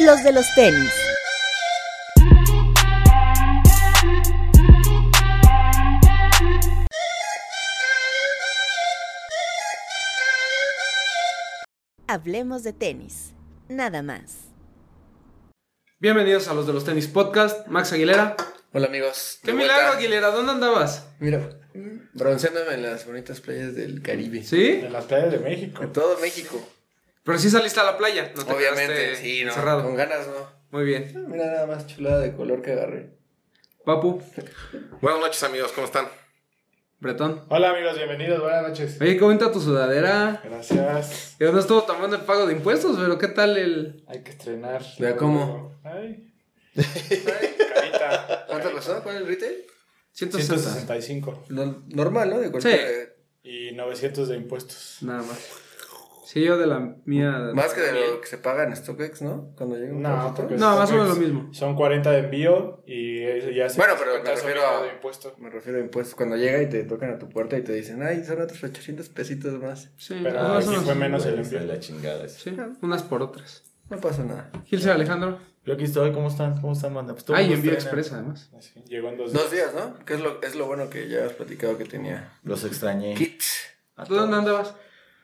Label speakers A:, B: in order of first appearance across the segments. A: los de los tenis. Hablemos de tenis, nada más.
B: Bienvenidos a los de los tenis podcast, Max Aguilera.
C: Hola amigos.
B: Qué
C: De
B: milagro,
C: vuelta.
B: Aguilera, ¿dónde andabas?
C: Mira, bronceándome en las bonitas playas del Caribe.
B: ¿Sí?
D: De las playas de México.
C: En todo México.
B: Pero sí saliste a la playa, no te
C: Obviamente,
B: quedaste
C: sí, no.
B: encerrado.
C: Con ganas, ¿no?
B: Muy bien.
C: Mira nada más chulada de color que agarré.
B: Papu,
E: Buenas noches amigos, ¿cómo están?
B: Bretón.
D: Hola amigos, bienvenidos, buenas noches.
B: Oye, comenta tu sudadera.
D: Gracias.
B: Yo no estuvo tomando el pago de impuestos, pero ¿qué tal el...?
D: Hay que estrenar.
C: Vea cómo.
D: Ay. Carita.
C: ¿Cuánto costó? ¿Cuál es el retail?
B: 160.
D: 165
C: No- normal, ¿no? De cualquier.
D: y 900 de impuestos.
B: Nada más. Sí, yo de la mía...
C: Más que de lo que se paga en StockX, ¿no? Cuando llega un
D: No,
C: consultor.
D: porque
B: No, más o menos
D: es-
B: lo mismo.
D: Son 40 de envío y eso ya se
C: Bueno, pero me
D: cuenta
C: refiero
D: sobre
C: a-
D: de impuesto.
C: Me refiero a impuestos. Cuando llega y te tocan a tu puerta y te dicen, ay, son otros 800 pesitos más.
B: Ah, Sí,
D: Pero
B: más o
D: aquí
B: menos.
D: fue menos el
F: Está de
D: envío.
F: la chingada eso.
B: Sí, unas por otras.
C: No pasa nada.
B: Gilce Alejandro.
F: Yo aquí estoy, ¿cómo están? ¿Cómo están, banda? Pues todo
B: Ay,
F: mundo
B: envío
F: estrena.
B: express, además.
D: Así, Llegó en dos días.
C: Dos días, ¿no? Que es lo, es lo bueno que ya has platicado que tenía.
F: Los extrañé.
C: Kit.
F: A
B: ¿Tú dónde
F: todos.
B: andabas?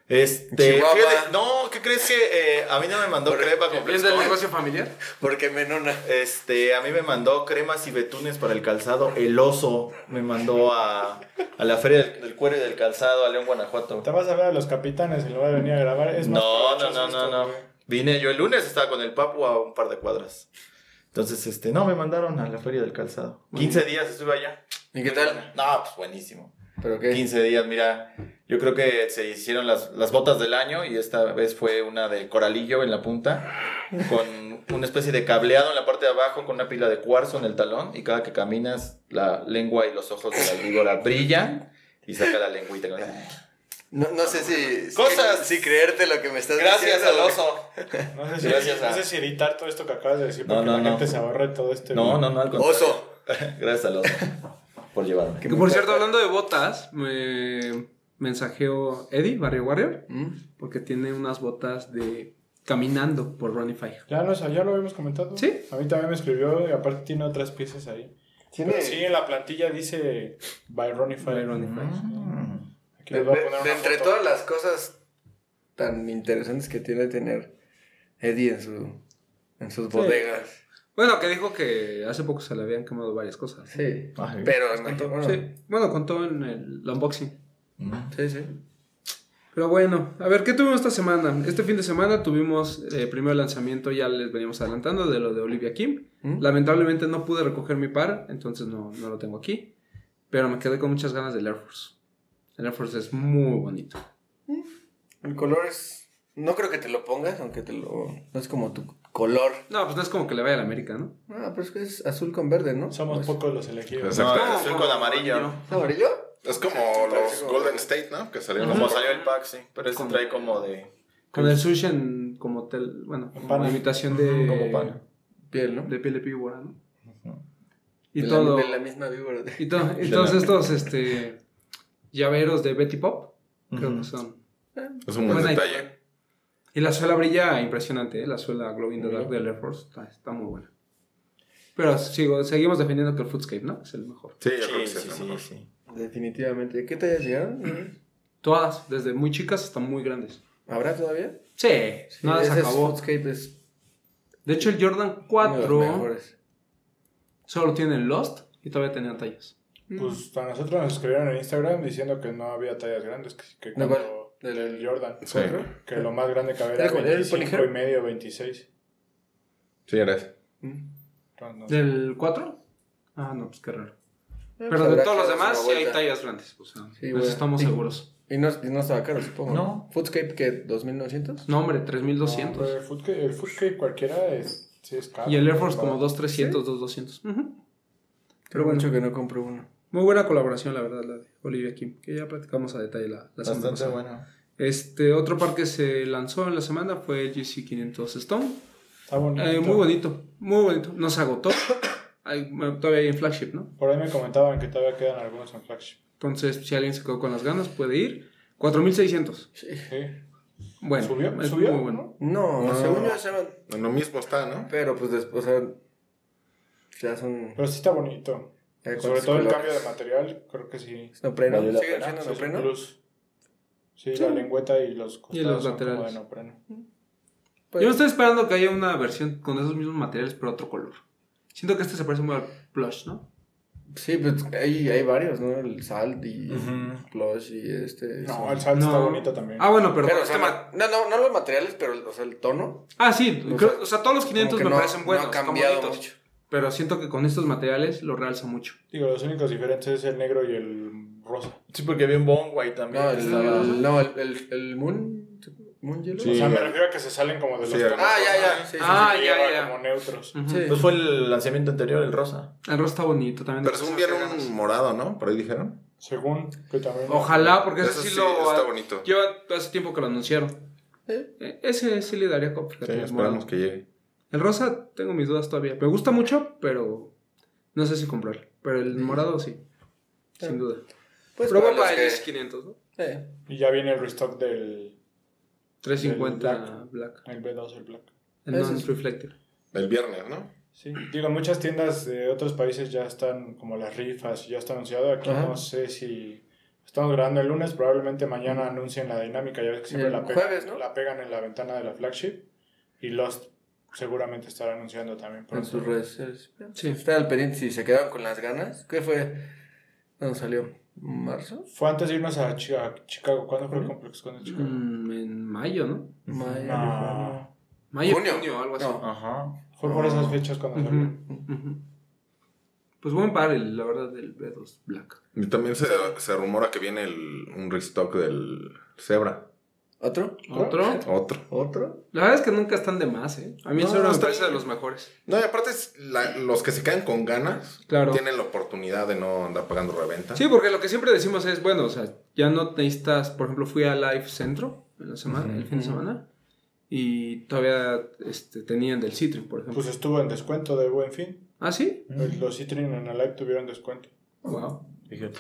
F: Este,
C: Chihuahua.
F: fíjate, no, ¿qué crees que eh, a mí no me mandó crema con
B: ¿Viendo el negocio familiar?
C: Porque Menona.
F: Este, a mí me mandó cremas y betunes para el calzado. El oso me mandó a, a la feria del, del cuero y del calzado a León, Guanajuato.
D: Te vas a ver a los capitanes en lugar de venir a grabar. Es más
F: No, no,
D: provechoso
F: no,
D: esto,
F: no, no.
D: güey.
F: Vine yo el lunes, estaba con el papu a un par de cuadras. Entonces, este, no, me mandaron a la feria del calzado. 15 días estuve allá.
C: ¿Y qué tal?
F: No, pues buenísimo.
C: ¿Pero qué?
F: 15 días, mira. Yo creo que se hicieron las, las botas del año y esta vez fue una de coralillo en la punta, con una especie de cableado en la parte de abajo, con una pila de cuarzo en el talón y cada que caminas la lengua y los ojos de la víbora brillan y saca la lengüita.
C: No, no sé si. si-
F: Cosas.
C: Si, creerte lo que me estás
F: Gracias
C: diciendo.
F: al oso.
D: No sé, si,
F: Gracias a-
D: no sé si editar todo esto que acabas de decir
F: No,
D: porque
F: no,
D: la
F: no.
D: gente se ahorre todo este.
F: No, no, no, al contrario.
C: Oso.
F: Gracias al oso por llevarme.
B: Que por cierto, hablando de botas, me mensajeó Eddie, Barrio Warrior,
C: ¿Mm?
B: porque tiene unas botas de caminando por Ronnie Fire.
D: Ya, nos, ya lo habíamos comentado.
B: Sí.
D: A mí también me escribió y aparte tiene otras piezas ahí.
C: Tiene.
D: Pero sí, en la plantilla dice by Ronnie Fire.
B: By Ronnie Fire.
F: Mm.
D: Aquí
C: De,
D: les voy a poner
C: de-
D: una
C: de entre
D: foto.
C: todas las cosas tan interesantes que tiene tener Eddie en su en sus bodegas.
B: Bueno, que dijo que hace poco se le habían quemado varias cosas.
C: Sí.
F: Ay.
C: Pero no, bueno,
B: Sí, bueno, contó en el unboxing.
F: Mm.
C: sí, sí.
B: Pero bueno, a ver, ¿qué tuvimos esta semana? Este fin de semana tuvimos eh, primero el lanzamiento, ya les venimos adelantando, de lo de Olivia Kim.
C: ¿Mm?
B: Lamentablemente no pude recoger mi par, entonces no, no lo tengo aquí. Pero me quedé con muchas ganas del Air Force. El Air Force es muy bonito.
C: El color es. No creo que te lo pongas, aunque te lo. No es como tu color.
B: No, pues no es como que le vaya a la América, ¿no?
C: Ah, pero es que es azul con verde, ¿no?
D: Somos
C: Pues-
D: pocos los elegidos.
E: Exacto.
F: No, azul con amarillo.
C: ¿Es amarillo?
E: Es como los Golden State, ¿no? Que salieron
F: Como
E: los
F: salió el pack, sí. Pero este
B: Con-
F: trae como de.
B: Con el sushi en como tel, bueno,
D: En
B: como
D: pana.
B: imitación de
F: Como pana.
C: Piel, ¿no?
B: de piel de víbora, ¿no?
F: Ujú.
B: Y
C: De la-
B: todo
C: de la misma víbora. de-
B: y, to- y
F: De
B: todos
F: la-
B: estos este llaveros de Betty Pop, creo
F: Ujú.
B: que son.
E: Es un buen
B: Buena
E: detalle.
B: idea. Y la suela brilla impresionante, ¿eh? la suela Glow in the Dark del Air Force está, está muy buena. Pero sigo, seguimos defendiendo que el Footscape, ¿no? Es el mejor.
E: Sí, yo creo
F: Sí,
E: que sí,
F: sí,
E: es lo
F: sí,
E: mejor.
F: sí.
C: Definitivamente. ¿De qué tallas llegaron?
B: Todas, desde muy chicas hasta muy grandes.
C: ¿Habrá todavía?
B: Sí,
C: Sí,
B: nada se
C: ese
B: acabó.
C: Footscape es
B: De hecho, el Jordan
C: uno de los
B: 4
C: mejores.
B: solo tiene el Lost y todavía tenía tallas.
D: Pues a nosotros nos escribieron en Instagram diciendo que no había tallas grandes, que, que
C: ¿De
D: cuando
C: cuál?
D: del Jordan,
E: Sí.
D: que lo más grande que había era
C: ¿Era cuál? ¿Era el
D: 25
C: Ponijero?
D: y medio, 26.
E: Sí, gracias.
C: Mm.
D: Entonces, no sé.
B: ¿Del 4? Ah, no, pues qué raro.
C: Eh, pues
B: Pero de
C: habrá
B: todos los
C: que darse
B: demás
C: una
B: sí hay
C: vuelta.
B: tallas grandes. O sea, de eso
C: bueno.
B: estamos
C: Y-
B: seguros.
C: Y no, y no estaba caro, supongo.
F: No.
C: Footscape, que ¿2.900?
B: No, hombre,
D: No,
B: 3200.
D: pero el Footcake, el Footcake cualquiera es, sí es caro.
B: y el Air Force
D: Para-
B: como 2300, 2200. Ah, Ujú.
C: Pero mucho que no compré uno.
B: Muy buena colaboración, la verdad, la de Olivia Kim, que ya platicamos a detalle la, la semana
F: Bastante
B: pasada.
F: bueno.
B: Este, otro par que se lanzó en la semana fue el GC500 Stone.
D: Está bonito.
B: Eh, muy bonito, muy bonito. No se agotó. Hay- todavía hay en flagship, ¿no?
D: Por ahí me comentaban que todavía quedan algunos en flagship.
B: Entonces, si alguien se quedó con las ganas, puede ir. 4600.
D: Sí.
B: Bueno,
D: ¿Subió?
B: es
D: ¿Subió?
B: muy bueno.
D: ¿No?
C: No,
E: No.
C: según yo se llaman.
E: En lo mismo está, ¿no?
C: Pero pues después, o sea, ya son.
D: Pero sí está bonito.
C: ya
D: Sobre todo el
C: Eh, colores.
D: cambio de material, creo que sí.
C: ¿Es neopreno?
F: Valió la
C: ¿Siguen
F: pena,
C: siendo
D: Sí, es un
C: neopreno?
D: plus. Sí, la lengüeta y los costados son
B: laterales.
D: como de neopreno.
C: Pues,
B: Yo no estoy esperando que haya una versión con esos mismos materiales, pero otro color. Siento que este se parece muy al plush, ¿no?
C: Sí, pues hay, hay varios, ¿no? El salt y plush y este.
D: No,
C: son-
D: el sal está
B: No.
D: bonito también.
B: Ah, bueno, pero.
C: Pero, o
B: este
C: sea,
B: ma-
C: no, no, no los materiales, pero o sea, el tono.
B: Ah, sí, creo-
C: o
B: o
C: sea,
B: sea, todos los 500
C: como
B: me
C: que no-
B: parecen buenos,
C: no ha
B: están
C: cambiado
B: bonitos.
C: mucho.
B: Pero siento que con estos materiales lo realza mucho.
D: Digo, los únicos diferentes es el negro y el rosa.
F: Sí, porque vi un Bongway también.
C: No,
F: que
C: el,
F: estaba-
C: el- no, el, el, el Moon. ¿Moon Yellow?
E: Sí.
D: O sea, me
E: ya.
D: refiero a que se salen como de los
E: Sí, ya.
D: tonos.
C: Ah, ya, ya. Sí, sí,
B: Ah,
D: Y
B: ya,
D: ahora
B: ya.
D: como neutros.
B: Ujú.
C: sí.
F: Pues fue el lanzamiento anterior, el rosa.
B: El rojo está bonito también.
E: Pero según vieron un morado, ¿no? Por ahí dijeron.
D: Según que también.
B: Ojalá, porque ese
E: Eso
B: sí,
E: sí,
B: lo.
E: está bonito.
B: Lleva hace tiempo que lo anunciaron.
C: ¿Eh?
B: E- Ese sí le daría copia.
E: Sí, esperamos que llegue.
B: El rosa tengo mis dudas todavía. Me gusta mucho, pero no sé si comprarlo. Pero el morado sí. Sin duda.
C: Pues
B: Pero
C: para
B: bueno,
C: los
B: para
C: que-
B: el 500, ¿no?
C: eh,
D: Y ya viene el restock del
B: 350 black.
D: el B2, el black.
B: El
C: Ese es-
B: non-reflective.
E: El viernes, ¿no?
D: Sí. Digo, muchas tiendas de otros países ya están como las rifas, ya está anunciado. Aquí
C: Ajá.
D: no sé si. Estamos grabando el lunes, probablemente mañana anuncien la dinámica. Ya ves que siempre
C: El
D: la, pegan-
C: jueves, ¿no?
D: la pegan en la ventana de la flagship. Y Lost seguramente estará anunciando también.
C: En
D: pronto.
C: sus redes sociales.
B: Sí.
C: Están al pendiente si se quedaron con las ganas. ¿Qué fue? ¿Cuándo salió? ¿Marzo?
D: Fue antes de irnos a Chi- a Chicago. ¿Cuándo fue el Complex Con de Chicago?
B: Mm, en mayo, ¿no?
C: Mayo.
D: No.
B: Mayo,
C: Junio.
B: junio, algo así.
C: No.
F: Ajá.
D: Fue por esas fechas cuando
B: Ujú,
D: salió.
B: ujú. Pues buen par, el- la verdad, del B2 black.
E: Y también se, se rumora que viene el- un restock del Zebra.
C: ¿Otro?
B: Otro.
E: Otro.
C: ¿Otro?
B: La verdad es que nunca están de más, ¿eh? A mí
E: No,
B: eso me
E: está
B: parece de
E: bien.
B: los mejores.
E: No, y aparte es la- los que se quedan con ganas
B: Claro.
E: tienen la oportunidad de no andar pagando reventa.
B: Sí, porque lo que siempre decimos es, bueno, o sea, ya no necesitas, por ejemplo, fui a Live Centro en la semana, el fin de semana y todavía este, tenían del Citric, por ejemplo.
D: Pues estuvo en descuento de buen fin.
B: ¿Ah, sí?
D: El- Los Citrin en el live tuvieron descuento.
B: Wow.
F: Fíjate.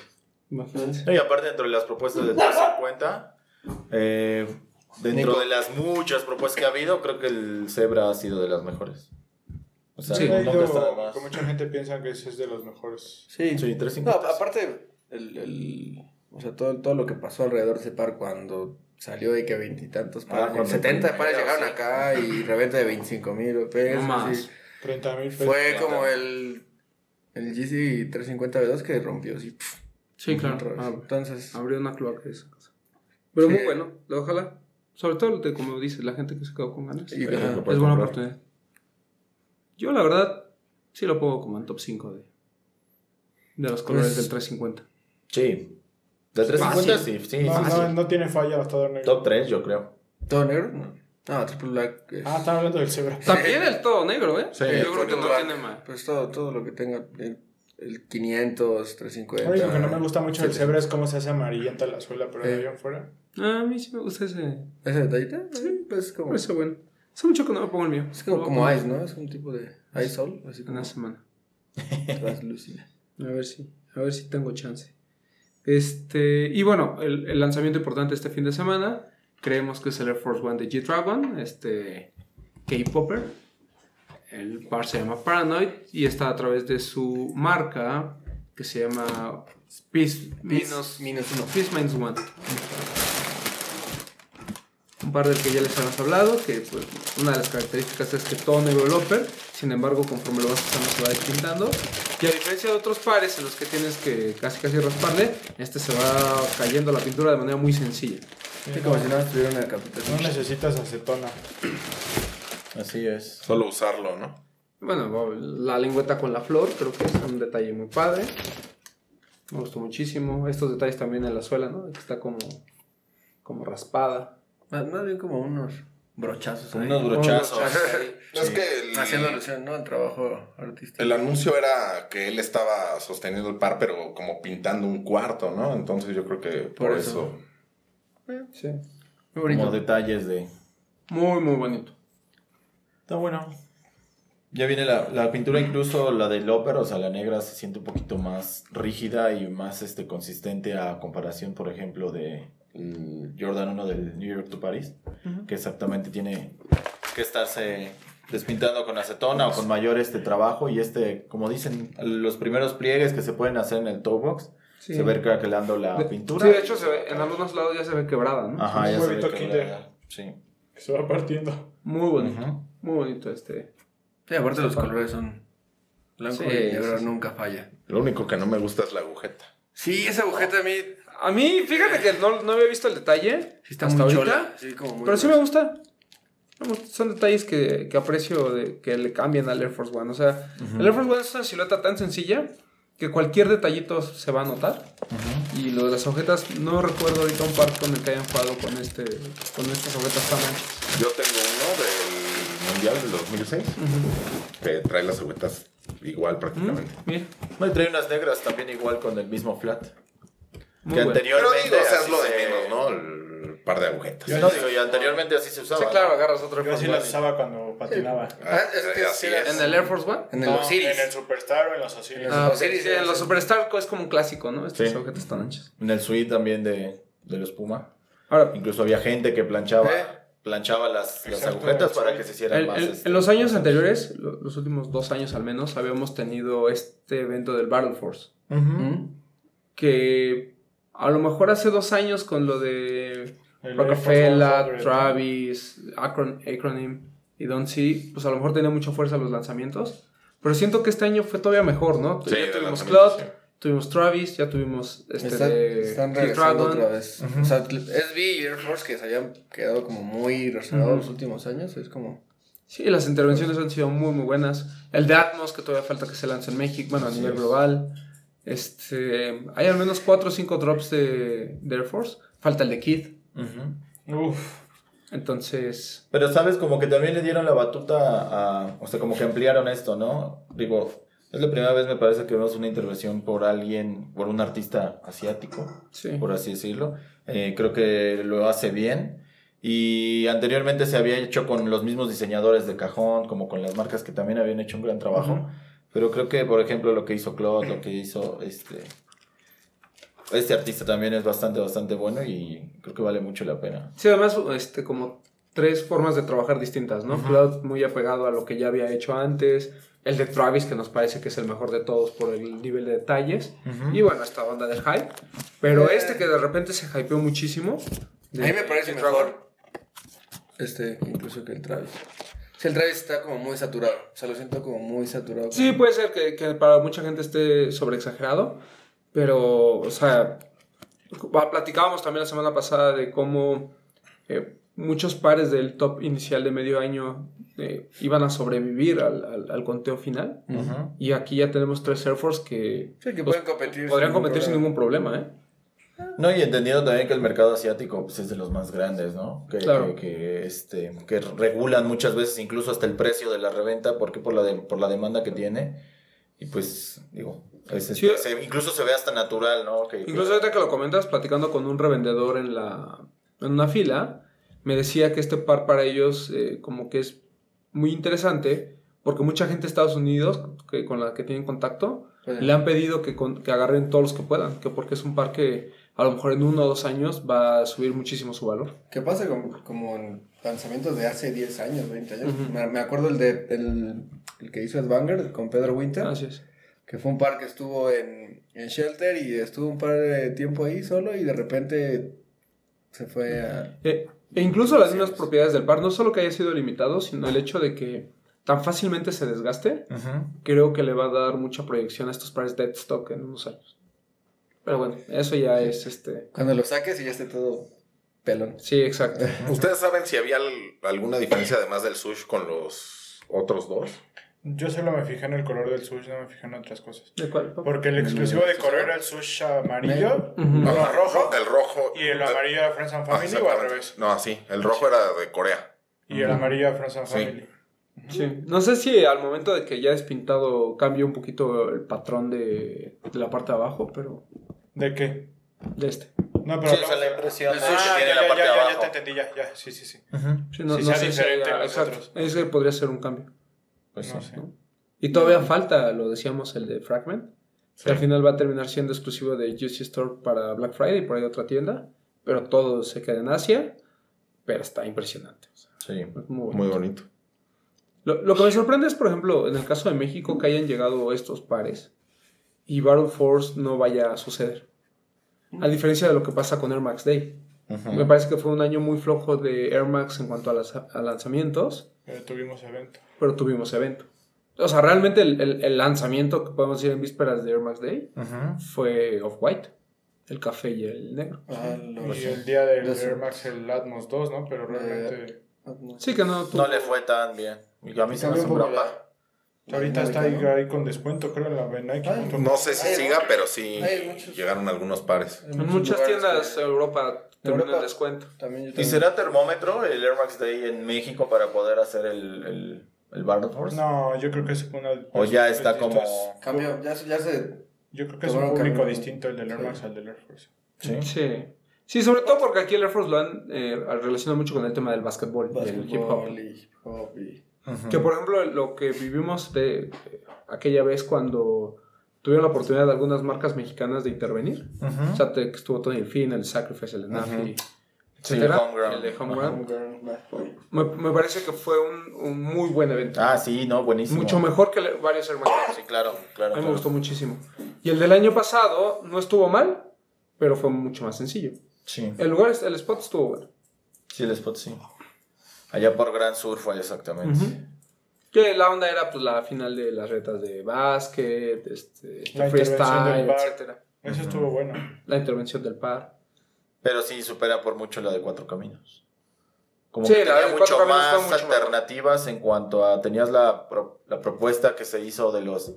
B: Imagínate.
F: No, y aparte, dentro de las propuestas de 350, eh, dentro
C: Nico.
F: de las muchas propuestas que ha habido, creo que el Zebra ha sido de las mejores. O sea,
B: Sí.
D: Ha
F: nunca
D: ido-
F: está de más.
D: que mucha gente piensa que ese es de los mejores.
C: Sí.
F: Sí,
C: No,
F: 350.
C: aparte, el, el- o sea, todo, todo lo que pasó alrededor de ese par cuando salió de que veintitantos
F: Ah,
C: pares,
F: cuando
C: 70 pares
F: primero,
C: llegaron
F: sí.
C: acá y reventa de 25 mil pesos.
B: No más.
C: sí.
D: 30 mil pesos.
C: Fue como el, el GC 350 V2 que rompió, sí. pf,
B: Sí,
C: otra
B: claro.
C: vez.
B: Ah,
C: Entonces,
B: abrió una cloaca esa cosa. Pero
C: Sí.
B: muy bueno, lo- ojalá. Sobre todo, de, como dices, la gente que se quedó con ganas.
C: y-
E: Pero
C: ajá.
E: lo
B: es
E: puedes
B: buena
E: comprar.
B: oportunidad. Yo, la verdad, sí lo pongo como en top 5 de, de los colores
C: Pues-
B: del 350.
F: Sí. De 350, sí, sí, sí,
D: No,
F: sí.
D: no, no tiene falla, hasta donde.
F: Top 3, yo creo.
C: ¿Todo negro? No. No, triple black. es-
D: Ah, están hablando del Zebra.
B: También el todo negro, ¿eh?
E: Sí,
B: Yo creo
C: todo
B: que no
C: negro.
B: tiene más.
C: Pues todo, todo lo que tenga. El, el 500, 350.
D: Lo único que no me gusta mucho del
C: sí.
D: Zebra es cómo se hace amarillenta la suela, pero de
C: Eh.
D: ahí en fuera.
B: Ah, a mí sí me gusta ese.
C: ¿Ese detallito? Sí, pues
B: Me
C: como.
B: parece bueno. Hace mucho que no me pongo el mío.
C: Es como,
B: Lo voy a
C: como
B: poner
C: ice, ¿no? Es un tipo de ice sol, así
B: en
C: como
B: Una semana.
C: translúcida.
B: A ver si, a ver si tengo chance. Este, y bueno, el, el lanzamiento importante este fin de semana, creemos que es el Air Force One de G-Dragon, este K-Popper. El par se llama Paranoid y está a través de su marca que se llama Peace Minus,
C: Minus uno.
B: Peace Minus One. Un par del que ya les habíamos hablado, que pues, una de las características es que todo negro loper, sin embargo conforme lo vas usando se va despintando. Y a diferencia de otros pares en los que tienes que casi casi rasparle, este se va cayendo la pintura de manera muy sencilla.
C: Sí, como si no estuviera en la capital.
D: No necesitas acetona.
F: Así es.
E: Solo usarlo, ¿no?
B: Bueno, la lengüeta con la flor creo que es un detalle muy padre. Me gustó muchísimo. Estos detalles también en la suela, ¿no? Que está como, como raspada.
C: Más, más bien como unos brochazos. ahí.
F: Unos brochazos.
E: No, es que el,
C: Haciendo alusión, ¿no? Al trabajo artístico.
E: el anuncio era que él estaba sosteniendo el par, pero como pintando un cuarto, ¿no? Entonces yo creo que por,
C: Por eso.
E: eso.
B: Sí.
C: Muy
F: Como
C: bonito.
F: detalles de.
B: Muy, muy bonito.
F: Está bueno. Ya viene la, la pintura, incluso la del ópera, o sea, la negra se siente un poquito más rígida y más este, consistente a comparación, por ejemplo, de el Jordan 1 del New York to Paris, que exactamente tiene que estarse despintando con acetona o con mayor este trabajo y este, como dicen, los primeros pliegues que se pueden hacer en el toe box,
B: Sí.
F: se ve craquelando la
B: De-
F: pintura.
B: Sí, de hecho, se ve- en algunos lados ya se ve quebrada, ¿no?
F: Ajá, ya
D: Un
F: se ve
D: huevito
F: quebrada. Sí.
D: Que se va partiendo.
B: Muy bonito.
F: Ujú.
B: Muy bonito este.
C: Sí, aparte los colores son blanco
B: Sí,
C: y negro,
B: sí, sí.
C: nunca falla.
E: Lo único que no me gusta es la agujeta.
C: Sí, esa agujeta a mí sí
B: A mí, fíjate que no, no había visto el detalle.
C: está
B: hasta
C: muy
B: ahorita,
C: chola. Sí, como muy
B: Pero sí me
C: gruesa.
B: gusta. Me gusta. Son detalles que, que aprecio de que le cambian al Air Force One. O sea, el Air Force One es una silueta tan sencilla que cualquier detallito se va a notar. Y lo de las agujetas, no recuerdo ahorita un par con el que hayan jugado con, este, con estas agujetas tan anchas.
E: Yo tengo uno del Mundial del 2006 que trae las agujetas igual prácticamente.
B: Mira,
F: Me trae unas negras también igual con el mismo flat.
B: muy
F: que
B: bueno.
E: Pero
F: anteriormente
E: digo, o sea, es
F: así
E: lo de
F: se-
E: menos, ¿no? El par de agujetas.
F: No, digo, y anteriormente así se usaba.
C: Sí, claro,
F: ¿no?
C: agarras otro
D: Yo así
C: Force
D: las usaba cuando patinaba.
E: Ah,
C: es que
E: así
C: sí,
E: es.
B: ¿En el Air Force One?
C: En el
D: No,
C: Osiris.
D: En el Superstar o en los Osiris.
B: Ah,
C: sí,
B: ok,
C: sí,
B: sí, en
C: sí.
B: los Superstar es como un clásico, ¿no? Estas
F: Sí.
B: agujetas tan anchas.
F: En el suite también de, de los Puma.
B: Ahora,
F: Incluso había gente que planchaba,
C: ¿Eh?
F: planchaba las, las
D: Exacto,
F: agujetas
D: sí.
F: para que se hicieran
B: El-
F: más.
B: el-
F: este,
B: en los años anteriores, lo- los últimos dos años al menos, habíamos tenido este evento del Battle Force.
F: Ujú.
C: ¿Mm?
B: Que a lo mejor hace dos años con lo de
D: El Air
B: Rockefeller,
D: Force
B: Travis, Akron, Acronym y Don C, pues a lo mejor tenía mucha fuerza los lanzamientos. Pero siento que este año fue todavía mejor, ¿no?
E: Sí, de
B: ya tuvimos
E: lanzamientos,
B: Cloud, tuvimos Travis, ya tuvimos este
C: Están-
B: de
C: están
B: Kid
C: regresando
B: Dragon.
C: otra vez. O sea, SB y Air Force que se habían quedado como muy reservados los últimos años. Es como.
B: Sí, las intervenciones han sido muy, muy buenas. El de Atmos, que todavía falta que se lance en México, bueno, a nivel global. Este, hay al menos 4 o 5 drops de, de Air Force. Falta el de Kid.
F: Ujú.
D: Uf.
B: Entonces,
F: Pero sabes, como que también le dieron la batuta a. O sea, como que ampliaron esto, ¿no? Digo, es la primera vez, me parece, que vemos una intervención por alguien, por un artista asiático,
B: sí.
F: por así decirlo. Eh, creo que lo hace bien. Y anteriormente se había hecho con los mismos diseñadores de cajón, como con las marcas que también habían hecho un gran trabajo.
B: Ujú.
F: Pero creo que, por ejemplo, lo que hizo Claude, lo que hizo este. Este artista también es bastante, bastante bueno y creo que vale mucho la pena.
B: Sí, además, este, como tres formas de trabajar distintas, ¿no? Cloud muy apegado a lo que ya había hecho antes. El de Travis, que nos parece que es el mejor de todos por el nivel de detalles. Y bueno, esta onda del hype. Pero
C: Eh.
B: este que de repente se hypeó muchísimo.
C: A mí me parece
B: Kid Dragon.
C: mejor. Este, incluso que el Travis. Sí, el Travis está como muy saturado. O sea, lo siento como muy saturado.
B: Sí, puede ser que, que para mucha gente esté sobreexagerado, pero, o sea, pa- platicábamos también la semana pasada de cómo eh, muchos pares del top inicial de medio año eh, iban a sobrevivir al, al- al conteo final. Y aquí ya tenemos tres Air Force que,
C: Sí, que
B: pues,
C: pueden competir.
B: podrían
C: sin
B: competir sin
C: problema.
B: ningún problema, ¿eh?
F: No, y entendiendo también que el mercado asiático pues, es de los más grandes, ¿no? Que,
B: Claro.
F: que, que, este, que regulan muchas veces incluso hasta el precio de la reventa, porque por la, de- por la demanda que tiene. Y pues, digo, es este,
B: Sí.
F: se- incluso se ve hasta natural, ¿no? Que- que-
B: Incluso ahorita que lo comentas, platicando con un revendedor en la en una fila, me decía que este par para ellos eh, como que es muy interesante porque mucha gente de Estados Unidos que, con la que tienen contacto
C: Pueden.
B: le han pedido que, con- que agarren todos los que puedan, que porque es un par que a lo mejor en uno o dos años va a subir muchísimo su valor.
C: ¿Qué pasa con, como en lanzamientos de hace 10 años, 20 años?
B: Ujú.
C: me, me acuerdo el, de, el, el que hizo Banger con Pedro Winter,
B: Así es.
C: que fue un par que estuvo en, en Shelter y estuvo un par de tiempo ahí solo y de repente se fue a...
B: Eh, e incluso las mismas propiedades del par, no solo que haya sido limitado, sino el hecho de que tan fácilmente se desgaste,
F: Ujú.
B: creo que le va a dar mucha proyección a estos pares dead stock en unos años. Pero bueno, eso ya es este.
C: Cuando lo saques y ya esté todo pelón.
B: Sí, exacto.
E: ¿Ustedes saben si había al- alguna diferencia además del sush con los otros dos?
D: Yo solo me fijé en el color del sush, no me fijé en otras cosas.
B: ¿De cuál? Pau?
D: Porque el exclusivo de color era el sush amarillo.
B: Ujú.
D: No,
E: Ajá,
D: rojo.
E: El rojo.
D: Y el
E: Ah,
D: amarillo era Friends and
E: ah,
D: Family o al
E: exactamente.
D: revés.
E: No, así. El rojo era de Corea.
D: Y el amarillo era Friends and
E: Sí.
D: Family.
B: Sí. No sé si al momento de que ya despintado cambia un poquito el patrón de, de la parte de abajo, pero
D: ¿De qué?
B: de este.
D: No, pero.
F: Sí, o
D: hablamos
F: sea, la
D: de-
F: impresión
D: Ah,
F: ¿no? que tiene
D: ya,
F: la
D: ya,
F: parte
D: ya,
F: de
D: ya,
F: abajo.
D: te entendí, ya, ya, sí, sí, sí.
F: Ujú.
B: Sí, no,
D: Sí,
B: no
D: sea
B: sé si
D: diferente
B: haya-
D: a los
B: exacto.
D: otros.
B: Es que podría ser un cambio.
F: Pues
D: No
F: sí.
D: sé.
B: Y todavía falta, lo decíamos, el de Fragment, que al final va a terminar siendo exclusivo de Juicy Store para Black Friday y por ahí otra tienda. pero todo se queda en Asia, pero está impresionante. o sea,
E: Sí.
B: es muy bonito.
E: Muy bonito.
B: Lo, lo que me sorprende es, por ejemplo, en el caso de México, que hayan llegado estos pares y Battle Force no vaya a suceder. A diferencia de lo que pasa con Air Max Day. Me parece que fue un año muy flojo de Air Max en cuanto a, las- a lanzamientos,
D: Pero tuvimos evento.
B: pero tuvimos evento. O sea, realmente el, el- el lanzamiento que podemos decir en vísperas de Air Max Day fue Off-White, el café y el negro.
C: Ah, lo
F: Pues
D: Y el día del
C: Yo sí.
D: Air Max, el Atmos 2, ¿no? Pero realmente.
B: Sí que no, tú-
F: No le fue tan bien. Y a mí se
C: También
F: me hace un
C: popular.
F: brapa.
D: Ahorita está ahí, ahí con descuento, creo, en la en Nike.
C: Ay,
D: punto com.
E: No sé si
C: Hay-
E: siga, pero sí
C: hay muchos-
E: llegaron algunos pares.
B: en muchas tiendas eh. de Europa terminan
C: Europa.
B: el descuento.
C: También yo
F: ¿Y
C: también.
F: será termómetro el Air Max Day en México para poder hacer el, el, el Battle Force?
D: No, yo creo que es una.
F: O ya está
D: es-
F: como-
D: es-
C: Cambió, ya, se- ya se.
D: Yo creo que es
C: Tomaron
D: un público
C: camino.
D: distinto el del Air
C: Sí.
D: Max al del Air Force.
F: Sí.
B: Sí. Sí, sobre todo porque aquí el Air Force lo han eh, relacionado mucho con el tema del básquetbol, y el hip hop.
C: Basketball y hip hop y-
B: Que por ejemplo, lo que vivimos de eh, aquella vez cuando tuvieron la oportunidad de algunas marcas mexicanas de intervenir. O sea, te- que estuvo Tony el Fin, el Sacrifice, el Enafi,
F: Ujú.
B: etcétera.
F: Sí, el Homegrown.
B: el de
C: Como
B: Homeground.
C: que era un black boy.
B: Me, me parece que fue un, un muy buen evento.
F: Ah, sí, no, buenísimo.
B: mucho mejor que le- varios hermanos.
F: Sí, claro, claro.
B: A mí me
F: claro.
B: gustó muchísimo. Y el del año pasado no estuvo mal, pero fue mucho más sencillo.
F: Sí.
B: El lugar, el spot estuvo bueno.
F: Sí, el spot sí. Allá por Gran Sur fue exactamente.
B: Ujú. Que la onda era pues la final de las retas de básquet, este,
D: La intervención
B: freestyle,
D: del bar.
B: etcétera.
D: Eso estuvo bueno.
B: La intervención del par.
F: Pero sí supera por mucho la de Cuatro Caminos. Como
B: Sí,
F: que
B: la
F: tenía
B: de Cuatro
F: mucho
B: Caminos
F: más
B: fue mucho
F: alternativas en cuanto a tenías la, pro- la propuesta que se hizo de los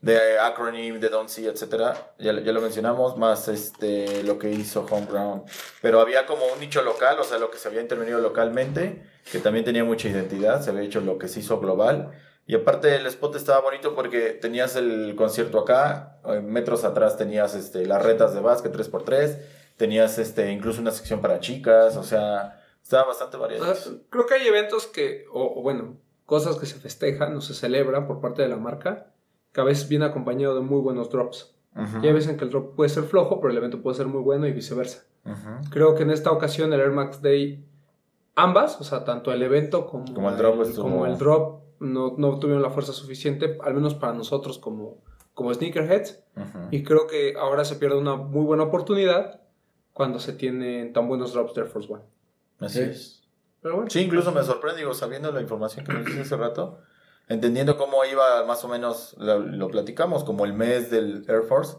F: de acronym, de Don't See, etcétera. Ya, lo- ya lo mencionamos, más este lo que hizo Homeground. Pero había como un nicho local, o sea, lo que se había intervenido localmente, que también tenía mucha identidad, se había hecho lo que se hizo global. Y aparte el spot estaba bonito porque tenías el concierto acá, eh, metros atrás tenías este, las retas de básquet 3x3, tenías este, incluso una sección para chicas, o sea, estaba bastante
B: O
F: variado.
B: sea, creo que hay eventos que, o, o bueno, cosas que se festejan o se celebran por parte de la marca, que a veces viene acompañado de muy buenos drops.
F: Ujú,
B: Y hay veces en que el drop puede ser flojo, pero el evento puede ser muy bueno y viceversa.
F: ujú.
B: Creo que en esta ocasión el Air Max Day, ambas, o sea, tanto el evento como,
F: Como el drop estuvo-
B: como el drop, no, no tuvieron la fuerza suficiente, al menos para nosotros como, como sneakerheads.
F: Ujú.
B: Y creo que ahora se pierde una muy buena oportunidad cuando se tienen tan buenos drops de Air Force One.
F: Así
C: Sí.
F: es.
B: Pero bueno,
F: Sí, incluso me sorprende, digo, sabiendo la información que nos dices hace rato, entendiendo cómo iba más o menos, lo, lo platicamos, como el mes del Air Force,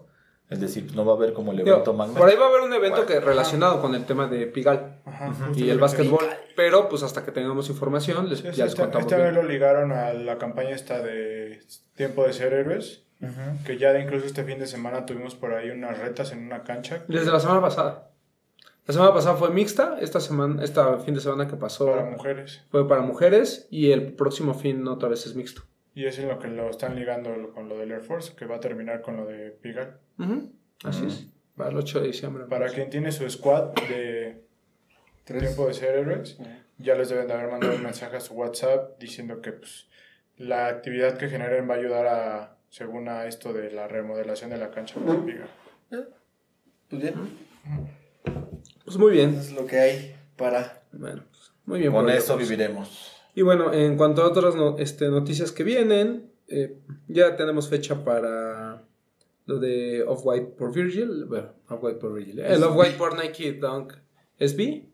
F: es decir, pues, no va a haber como el
B: digo,
F: evento magna.
B: por ahí va a haber un evento
F: Bueno.
B: que relacionado con el tema de Pigal
D: Ajá,
F: Ujú.
B: y
D: justamente.
B: el básquetbol, pero pues hasta que tengamos información les,
D: Sí, este- sí,
B: ya les
D: esta-
B: contamos
D: esta vez
B: bien.
D: lo ligaron a la campaña esta de Tiempo de Ser Héroes,
F: Ujú.
D: que ya incluso este fin de semana tuvimos por ahí unas retas en una cancha
B: Desde la semana pasada. La semana pasada fue mixta, esta semana, esta fin de semana que pasó
D: para mujeres.
B: fue para mujeres y el próximo fin otra vez es mixto.
D: Y es en lo que lo están ligando con lo del Air Force, que va a terminar con lo de Pigal.
B: Ujú, Así es. Para el 8 de diciembre.
D: Para quien tiene su squad de
C: Tres.
D: Tiempo de Ser Héroes, ya les deben de haber mandado un mensaje a su WhatsApp diciendo que pues, la actividad que generen va a ayudar a, según a esto de la remodelación de la cancha para el Pigal.
C: Pues bien,
B: Pues muy bien.
C: eso es lo que hay para.
B: Bueno, pues, muy bien.
F: Con
B: por
F: eso
B: ellos.
F: viviremos.
B: Y bueno, en cuanto a otras no- este, noticias que vienen, eh, ya tenemos fecha para lo de Off-White por Virgil. Bueno, Off-White por Virgil. eh, El Off-White por Nike Dunk SB,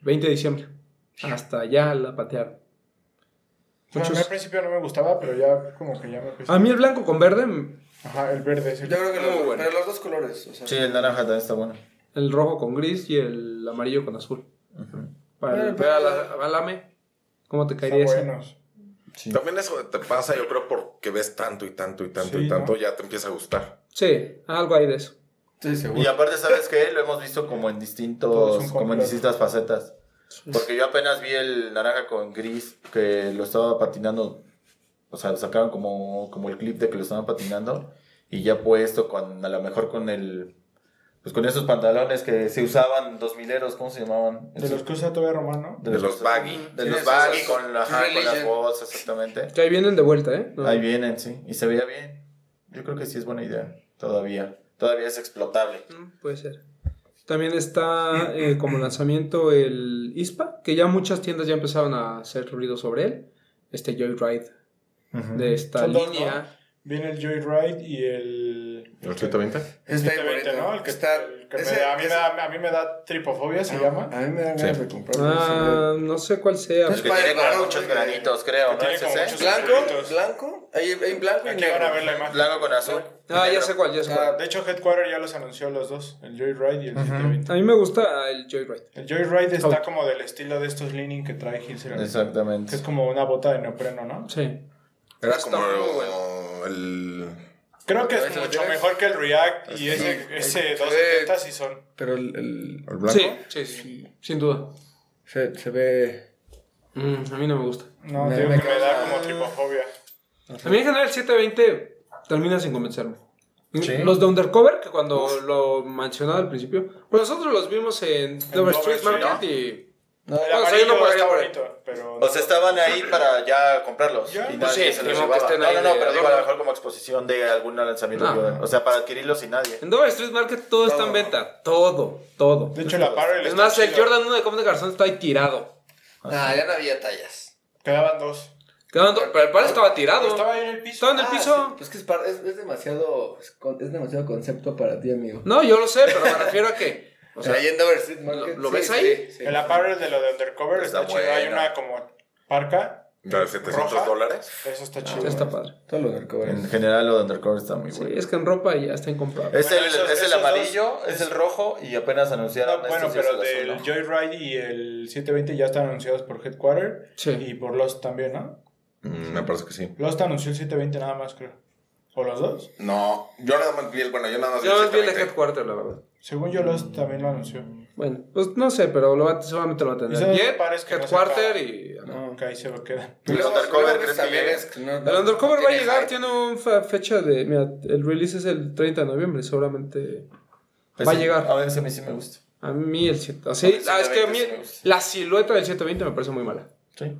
B: 20 de diciembre. Hasta ya la patearon.
D: Bueno, a mí al principio no me gustaba, pero ya como que ya me empezó.
B: A mí el blanco con verde,
D: Ajá, el verde es
C: Yo
D: el.
C: creo que
B: Muy
C: los,
B: bueno.
C: pero los dos colores. O sea,
F: Sí, el naranja también está bueno.
B: el rojo con gris y el amarillo con azul.
F: Ujú.
B: Para el
C: Bueno, pero-
B: para la- Alame, ¿cómo te caería
D: Está
B: ese?
D: buenos.
F: Sí.
E: También eso te pasa, yo creo, porque ves tanto y tanto y tanto
D: Sí,
E: y tanto,
D: ¿no?
E: ya te empieza a gustar.
B: Sí, algo ahí de eso.
C: estoy seguro.
F: Y aparte, ¿sabes qué? Lo hemos visto como en
D: Todo es
F: distintos,
D: un
F: como en
D: complot.
F: distintas facetas. Porque yo apenas vi el naranja con gris que lo estaba patinando. O sea, sacaron como, como el clip de que lo estaban patinando. Y ya puesto con, a lo mejor con el. Pues con esos pantalones que se usaban dos mileros, ¿cómo se llamaban?
D: De los que usa todavía Romano.
E: De los baggy.
F: De
C: Sí,
F: los
C: esos-
F: baggy con, la- ajá, con las
C: Religion.
F: bolsas, exactamente.
B: Que ahí vienen de vuelta, ¿eh? No.
F: Ahí vienen, sí. Y se veía bien. Yo creo que sí es buena idea. Todavía. Todavía es explotable.
B: Mm, Puede ser. También está eh, como lanzamiento el ISPA, que ya muchas tiendas ya empezaron a hacer ruido sobre él. Este Joyride de esta
D: Son dos, ¿no?
B: línea.
D: Viene el Joyride y el...
E: ¿El 120?
C: Está bien
D: 720,
C: bonito.
D: ¿no? El que
C: está.
D: el que me
C: ese- Ah,
D: da- a, mí me
C: ese-
D: da, a mí me da tripofobia, se llama.
C: A mí me dan ganas de comprarlo.
B: Ah, no sé cuál sea.
C: Pues
F: El que
C: padre,
F: tiene como
C: raro,
F: muchos
C: güey.
F: granitos, creo,
D: Que
F: ¿no?
D: tiene
F: ¿Es
D: como
F: ese?
D: muchos-
C: Blanco,
D: Los
C: blanco. Hay, hay blanco y
D: Aquí
C: negro.
D: van a ver la imagen.
F: Blanco con azul.
B: Ah, ya
F: Negro.
B: sé cuál, ya sé
C: Ah,
B: cuál.
D: De hecho, Headquarter ya los anunció los dos, el Joyride y el 720.
B: A mí me gusta el Joyride.
D: El Joyride está como del estilo de estos leaning que trae Hills Realty, Que
F: Exactamente.
D: es como una bota de neopreno, ¿no?
B: Sí.
E: Era
B: Está
E: como
B: muy
E: el...
D: Creo que
C: Pero
D: es
C: ese lo
D: mucho
C: tienes.
D: mejor que el React y ese, ese 270 sí son.
C: Pero el, el-
E: el blanco.
B: Sí, sí, sí, sin duda.
C: se, se ve.
B: Mm, a mí no me gusta.
D: No,
C: Me-
D: digo
C: me
D: que me da
C: causa-
D: como tripofobia.
B: A mí en general el 720 termina sin convencerme.
E: Sí.
B: Los de Undercover, que cuando lo mencionaba al principio, pues nosotros los vimos en Dover
D: Dover
B: Street
D: Street,
B: Market y...
C: No,
D: El
B: Vamos a irlo
D: amarillo
B: por allá,
D: está
B: por ahí.
D: bonito, pero...
F: O sea, estaban ahí para ya comprarlos.
D: Ya,
F: y
D: pues
B: sí,
F: nadie se
B: ni
F: los
B: modo que
F: llevaba.
B: estén
F: No,
B: ahí
F: no, no,
B: de-
F: pero
B: de
F: digo a lo
B: broma.
F: mejor como exposición de algún lanzamiento.
B: No.
F: que- O sea, para adquirirlos sin nadie.
B: En Dover Street Market todo está en venta. Todo, todo.
D: De hecho, la Apparel
B: Es
D: está
B: más, el
D: chida.
B: Jordan 1 de Comte Garzón está ahí tirado.
C: Ah, ya no había tallas.
D: Quedaban dos.
B: Quedaban dos- pero el par estaba tirado.
D: Estaba ahí en el piso. Ah,
B: Estaba en el piso.
C: Pues que es, par- es, es demasiado. Es, con- es demasiado concepto para ti, amigo.
B: No, yo lo sé, pero me refiero a que... O sea,
C: ahí en Dover Street
B: ¿lo-
C: Market.
B: lo
C: sí,
B: ves
C: sí,
B: ahí?
C: sí.
D: El Apparel de lo de Undercover está,
F: Está
D: chido. Hay
F: bueno.
D: una como parca.
E: La de 700
D: Roja.
E: dólares.
D: Eso está chido.
B: está padre.
C: Todo lo del cobre.
F: En general, lo de Undercover está muy
B: Sí,
F: bueno.
B: es que en ropa ya está incomparable.
F: Es
D: Bueno,
F: el,
D: esos-
F: es el
D: esos
F: amarillo, es el rojo y apenas anunciaron.
D: No, bueno,
F: estos días
D: pero
F: el
D: del
F: azul, ¿no?
D: Joyride y el 720 ya están anunciados por Headquarter
B: Sí.
D: Eh, y por Lost también, ¿no?
E: Mm, me parece que sí.
D: Lost anunció el 720 nada más, creo. ¿O los dos?
E: No, yo nada más vi el... Bueno, yo nada más vi
B: Yo más bien de
E: 720.
B: Headquarter, la verdad.
D: Según yo, Lost también lo anunció.
B: Bueno, pues no sé, pero lo va, solamente lo va a
D: Y son
B: tener.
D: dos
B: Jet,
D: pares que no
B: Headquarter
D: sepan.
B: y...
C: No.
D: Que ahí se lo quedan.
E: El
C: Luego-
E: undercover,
C: luego
E: ¿crees que
C: también
E: llegue?
C: es no-
B: El
C: no-
B: Undercover
C: no
B: va a
C: tiene
B: llegar,
C: hype.
B: tiene una fecha de. Mira, el release es el 30 de noviembre, seguramente.
F: Pues
B: va a
F: sí,
B: llegar.
F: A ver si a mí sí me gusta.
B: A mí el 7.
F: A
C: Pues
F: mí el
B: ah, es que a mí
F: 720 sí me gusta.
B: la silueta del 720 me parece muy mala.
F: Sí.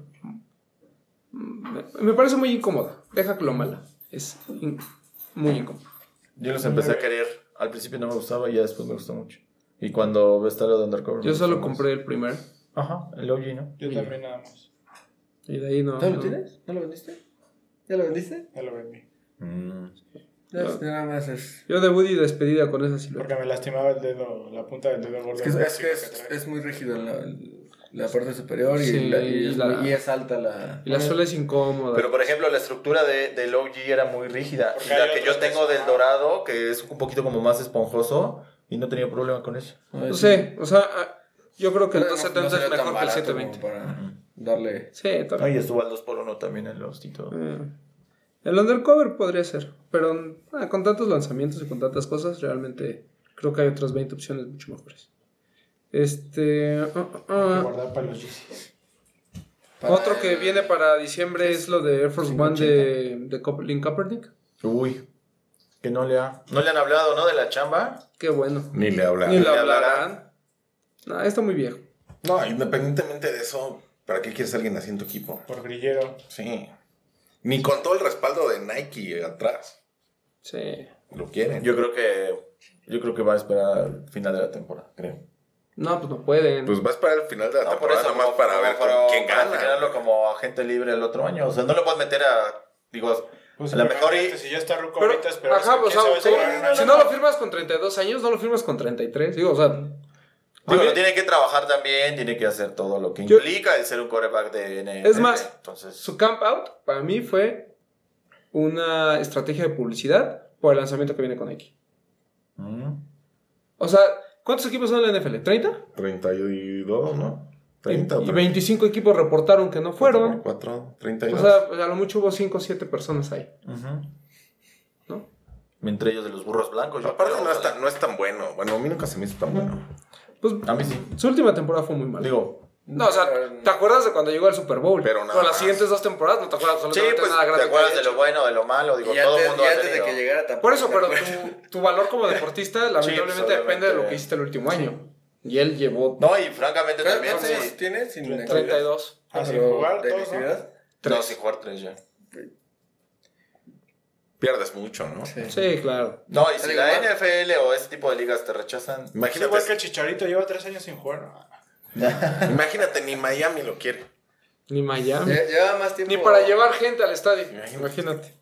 B: Me, me parece muy incómoda. Deja que lo mala. Es in- muy incómodo.
F: Yo los empecé a querer. Al principio no me gustaba y ya después me gustó mucho. Y cuando está lo de Undercover.
B: Yo
F: me
B: solo
F: gustó más.
B: compré el primer.
F: Ajá, el OG, ¿no?
D: Yo también nada más.
B: Y de ahí no.
C: ¿No
B: no.
C: lo tienes? ¿No lo vendiste? ¿Ya lo vendiste?
D: Ya lo vendí.
F: Mm.
C: Ya,
B: No.
C: nada más es.
B: Yo de Woody despedida con esa silueta.
D: Porque me lastimaba el dedo, la punta del dedo
C: Es
D: gordo.
C: que es, es,
D: Así
C: que es,
D: trae.
C: es muy rígido la, la parte superior y,
B: Sí,
C: la, y, es,
B: la-
C: muy- y es alta la.
B: Y la suela es incómoda.
F: Pero por ejemplo, la estructura de, del OG era muy rígida.
D: Porque
F: Y la
D: hay
F: que yo
D: otros que
F: tengo
D: son-
F: del dorado, que es un poquito como más esponjoso, y no tenía problema con eso.
B: no sé, o sea, ah, yo creo que el
C: Pero no-
B: 270
C: no
B: es
C: será tan
B: mejor que el
C: barato
B: 720.
C: como Para darle.
B: Sí,
F: No,
B: también.
F: y estuvo al 2x1 también el los y todo.
B: Eh, El undercover podría ser, pero ah, con tantos lanzamientos y con tantas cosas, realmente creo que hay otras 20 opciones mucho mejores. Este. ah, ah, ah.
D: Guardar para los Yeezys.
C: para-
B: Otro que viene para diciembre es lo de Air Force One de, de Cop- Lynn Kaepernick.
F: Uy. Que no le ha... No le han hablado, ¿no? De la chamba.
B: Qué bueno.
E: Ni le habla.
B: Ni lo
F: le
B: hablarán. No, está muy viejo.
E: No, Ah, independientemente de eso, ¿para qué quieres a alguien así en tu equipo?
D: Por grillero.
E: Sí. Ni con todo el respaldo de Nike atrás.
B: Sí.
E: Lo quieren.
F: Yo creo que... Yo creo que va a esperar al final de la temporada, creo.
B: No, pues no pueden.
E: Pues vas para el final de la
F: No, por
E: temporada,
F: eso,
E: nomás
F: como-
E: para
F: como
E: ver
F: para-
E: con quién
F: para
E: gana.
F: tenerlo como agente libre el otro año. O sea, no lo puedes meter a. Digo,
D: Pues
F: a lo mejor. y-
D: imagínate, Si ya está Ruco
B: Pero,
D: ahorita, pero
B: ajá, o sea,
D: se
B: ¿cómo?
D: va a esperar un año?
B: si no lo firmas con 32 años, no lo firmas con 33. Digo, o sea,
F: digo,
B: Oye.
F: lo tiene que trabajar también, tiene que hacer todo lo que
B: Yo-
F: implica el ser un coreback de NFL.
B: Es más,
F: Entonces,
B: Su camp out para mí fue una estrategia de publicidad por el lanzamiento que viene con Nike.
F: mm,
B: O sea, ¿cuántos equipos son en la NFL? ¿30?
E: 32, ¿no? 30
B: y 25 equipos reportaron que no fueron.
E: 4,
B: O
E: 32.
B: sea, pues, a lo mucho hubo 5 o 7 personas ahí,
F: ujú.
B: ¿no?
F: Entre ellos de los burros blancos. yo
E: Aparte
F: creo,
E: no es,
F: ojalá.
E: tan, no es tan bueno. Bueno, a mí nunca se me hizo tan bueno.
B: Pues
F: A mí sí.
B: su última temporada fue muy mala.
F: Digo,
B: no, o sea, ¿te acuerdas de cuando llegó al Super Bowl?
E: Pero nada
B: las
E: más.
B: siguientes dos temporadas no te acuerdas
F: sí,
B: absolutamente
F: pues,
B: nada
F: te
B: grande. que
F: acuerdas
B: haya
F: de lo
B: hecho.
F: bueno, de lo malo. Digo,
C: Y antes,
F: todo el mundo
C: y
F: ha
C: antes de
F: tenido.
C: que llegara tampoco.
B: Por eso,
C: se
B: pero
C: acuerda.
B: tu, tu valor como deportista lamentablemente
F: pues, obviamente.
B: depende de lo que hiciste el último año. Y él llevó
F: No, y francamente
C: ¿Cuántos
F: también.
C: años
F: Sí.
C: tienes sin
B: 32.
D: Ah, sin
C: pero
D: jugar,
C: de
D: todos, ¿no?
C: inactividad?
F: No, sin jugar tres ya.
E: pierdes mucho, ¿no?
C: Sí.
B: Sí, claro.
F: No, y si
C: Al
F: la
C: igual.
F: NFL o ese tipo de ligas te rechazan.
E: Imagínate,
D: Pues igual que el Chicharito lleva tres años sin jugar. no.
E: imagínate, ni Miami lo quiere.
B: Ni Miami.
C: Lle- Lleva más tiempo.
B: Ni para llevar gente al estadio.
E: Imagínate.
B: Imagínate.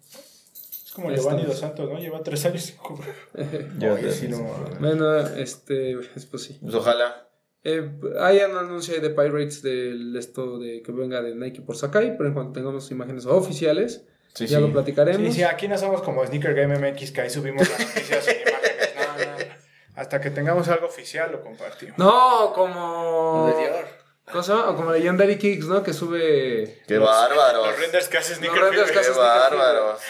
D: Es como
B: Ahí
D: Giovanni
B: estamos.
D: Dos Santos, ¿no? Lleva tres años sin jugar.
C: Oye, sí, no. mames.
B: Bueno, este, es pues sí.
F: Pues ojalá.
B: Eh, hay un anuncio ahí de Pirates del esto de que venga de Nike por Sakai, pero en cuanto tengamos imágenes oficiales,
F: Sí,
B: ya
F: sí.
B: lo platicaremos.
D: Sí, sí, aquí no somos como Sneaker Game MX, que ahí subimos las noticias sin imágenes. No, no. Hasta que tengamos algo oficial lo compartimos.
B: No, como.
C: Los de Dior.
B: ¿Cómo se llama? O como Legendary Kicks, ¿no? Que sube.
F: Qué bárbaros.
D: Los renders que hace Sneaker
B: renders que
D: Game
B: hace-
F: Qué bárbaros.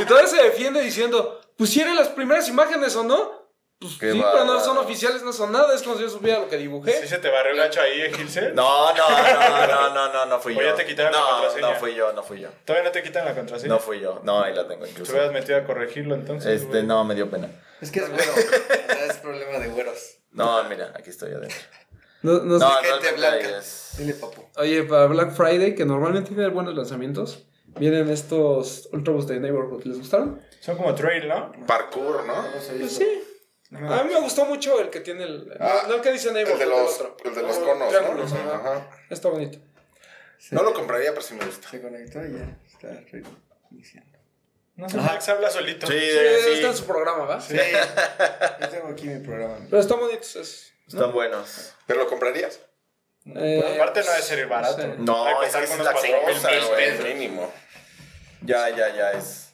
B: Y todavía se defiende diciendo: ¿pusieron las primeras imágenes o no? Pues
F: Qué
B: sí, pero no son
F: bárbaro. MX.
B: oficiales, no son nada. Es como si yo supiera lo que dibujé.
D: ¿Sí se te barrió el hacha ahí, eh, Gilser?
F: No, no, no, no, no, no, no fui
D: O
F: yo.
D: ya te quitaron la
F: no,
D: contraseña.
F: No, fui yo, no fui yo.
D: ¿Todavía no te quitan la contraseña?
F: No fui yo. No, ahí la tengo
D: Te
F: incluso.
D: hubieras metido a corregirlo entonces.
F: Este,
D: güey.
F: no, me dio pena.
C: Es que es güero. o sea, es problema de güeros.
F: No, mira, aquí estoy adentro.
B: No- no sé.
F: No,
C: gente
F: realmente
C: blanca.
F: es-
C: Dile, papu.
B: Oye, para Black Friday, que normalmente tiene buenos lanzamientos, vienen estos Ultrabus de Neighborhood. ¿Les gustaron?
D: Son como trail, ¿no?
E: Parkour, ¿no?
B: Pues sí.
D: No.
B: A mí me gustó mucho el que tiene el.
E: Ah,
B: no el que dice
E: El
B: Neighborhood,
E: de
B: el,
E: los,
B: otro.
E: el de los
B: Ah,
E: conos, ¿no?
B: triángulos, ajá.
E: Ajá.
B: Está bonito.
E: No lo compraría, pero sí me gusta.
C: Se conectó y ya. Está re- iniciando.
D: No sé, Max habla solito.
F: Sí,
B: Sí,
F: sí,
B: está en su programa, ¿va?
C: Sí. Yo tengo aquí mi programa.
B: Pero están bonitos. Es,
F: Están buenos.
E: ¿Pero lo comprarías?
B: eh,
D: Aparte no debe ser barato.
B: no sé.
F: No,
D: Hay que
F: es que
D: contar
F: esa
D: con
F: es
D: unos
F: la
D: cuatro mil
F: cosa,
D: pesos.
F: güey.
E: Mínimo.
F: Ya, ya, ya es.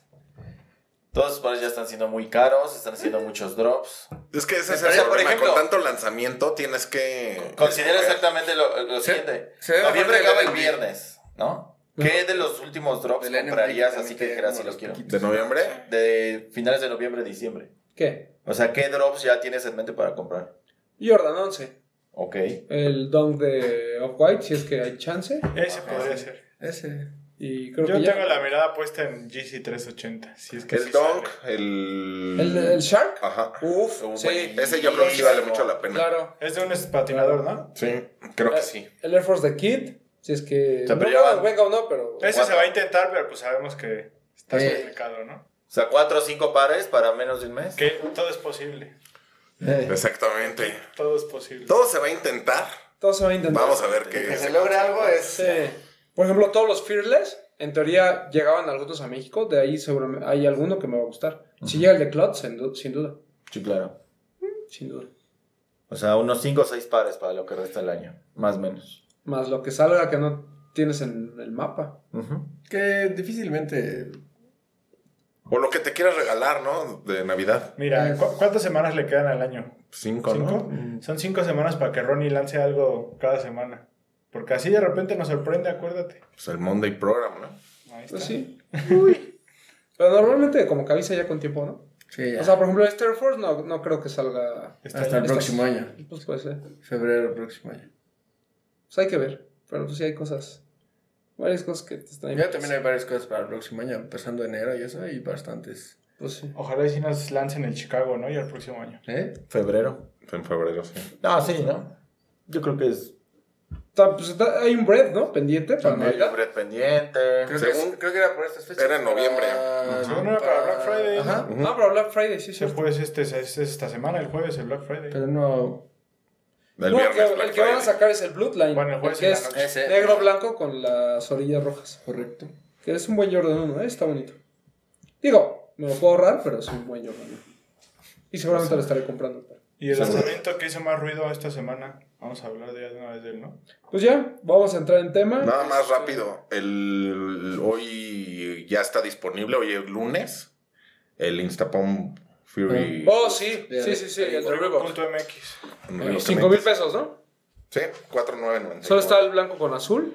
F: Todos los pares ya están siendo muy caros, están haciendo muchos drops.
E: Es que ese es
F: O
E: el
F: sea, por
E: problema.
F: ejemplo-
E: Con tanto lanzamiento tienes que...
F: Considera exactamente lo, lo
C: Se-
F: siguiente.
C: se ve
F: Noviembre
C: bastante
F: acaba el
C: grande.
F: viernes, ¿no? ¿Qué de los últimos drops
C: Del NMD
F: comprarías
C: también
F: así que
C: tiene
F: dijeras
C: como
F: si los
C: los
F: quiero?
C: piquitos.
E: ¿De noviembre?
F: De finales de noviembre, diciembre.
B: ¿Qué?
F: O sea, ¿qué drops ya tienes en mente para comprar?
B: Jordan 11.
F: Ok.
B: El dunk de Off-White, si es que hay chance.
D: Ese podría ser.
C: Ese.
B: Y creo
D: Yo
B: que
D: tengo
B: ya.
D: la mirada puesta en GC 380. Si es que
E: El
D: sí
E: Donk,
D: sale.
E: el...
B: ¿El, el Shark?
E: Ajá.
B: Uf,
F: Uh,
B: sí.
F: buenísimo.
E: Ese yo creo que sí vale mucho la pena.
B: Claro.
D: Es de un patinador, ¿no?
E: Sí, creo que sí.
B: El Air Force de Kid, si es que.
F: O sea,
B: no
F: pero ya
B: creo
F: van-
B: que venga o no, pero.
D: Ese se va a intentar, pero pues sabemos que está
C: Sí.
D: complicado, ¿no?
F: O sea, cuatro o cinco pares para menos de un mes.
D: Que todo es posible.
E: Exactamente.
D: Todo es posible.
E: Todo se va a intentar.
B: Todo se va a intentar.
E: Vamos a ver qué
C: Que
E: es.
C: se logre algo es.
B: Sí. Por ejemplo, todos los Fearless, en teoría, llegaban algunos a México. De ahí seguramente hay alguno que me va a gustar. Si llega el de Clots, sin, du- sin duda.
F: Sí, claro.
B: Sin duda.
F: O sea, unos cinco o seis pares para lo que resta el año. Más o menos.
B: Más lo que salga que no tienes en el mapa.
F: Ujú.
C: Que difícilmente.
E: O lo que te quieras regalar, ¿no? De Navidad.
D: Mira, ¿cu- ¿cuántas semanas le quedan al año?
E: Cinco,
D: ¿Cinco?
E: ¿no?
D: Son cinco semanas para que Ronnie lance algo cada semana. Porque así de repente nos sorprende, acuérdate.
E: Pues el Monday Program, ¿no?
D: Ahí está.
B: Pues sí. Uy. Pero normalmente como que avisa ya con tiempo, ¿no?
C: Sí, ya.
B: O sea, por ejemplo, este Air Force no, no creo que salga...
D: Está
C: Hasta el
D: bien.
C: próximo año.
B: Pues puede ser.
C: Febrero próximo año.
B: Pues hay que ver. Pero pues sí hay cosas... Varias cosas que te están...
C: Ya también hay varias cosas para el próximo año. Empezando enero y eso, hay bastantes.
B: Pues sí.
D: Ojalá y si nos lancen el Chicago, ¿no? Y el próximo año.
C: ¿Eh?
F: Febrero.
E: En febrero, sí.
F: No, sí, ¿no? Yo creo que es.
B: Ta- pues, está- hay un bread, ¿no? Pendiente para
C: También.
B: Navidad.
F: Libre pendiente.
C: Creo,
E: Según-
C: que, es- creo que era por estas fechas. Ah,
E: era en noviembre.
C: Para-
D: Según era para Black Friday, ¿no?
C: Ajá.
B: Ah, pero Black Friday, sí, sí.
D: Se fue este, es esta semana, el jueves, el Black Friday.
C: Pero no.
E: El
B: No, el que- el
E: viernes,
B: que,
E: Black
B: van a
E: Friday.
B: sacar es el Bloodline.
D: Bueno, el jueves
B: que
D: en la
B: es
D: noche.
C: Ese.
B: negro-blanco con las orillas rojas.
C: Correcto.
E: Ah,
B: Que es un buen Jordan 1, ¿eh? está bonito. Digo, me lo puedo ahorrar, pero es un buen Jordan 1. Y seguramente
D: Pues
B: lo estaré comprando. pero-
D: Y el lanzamiento que hizo más ruido esta semana, vamos a hablar de ya de una vez de él, ¿no?
B: Pues ya, vamos a entrar en tema.
E: Nada más rápido. El, hoy ya está disponible, hoy es lunes. El Instapom Fury.
B: Oh, sí,
C: Ya,
B: sí, sí, sí, el de Reebok.
D: Punto MX.
E: no,
B: 5 mil pesos, ¿no?
E: Sí, 4990.
B: Solo está el blanco con azul.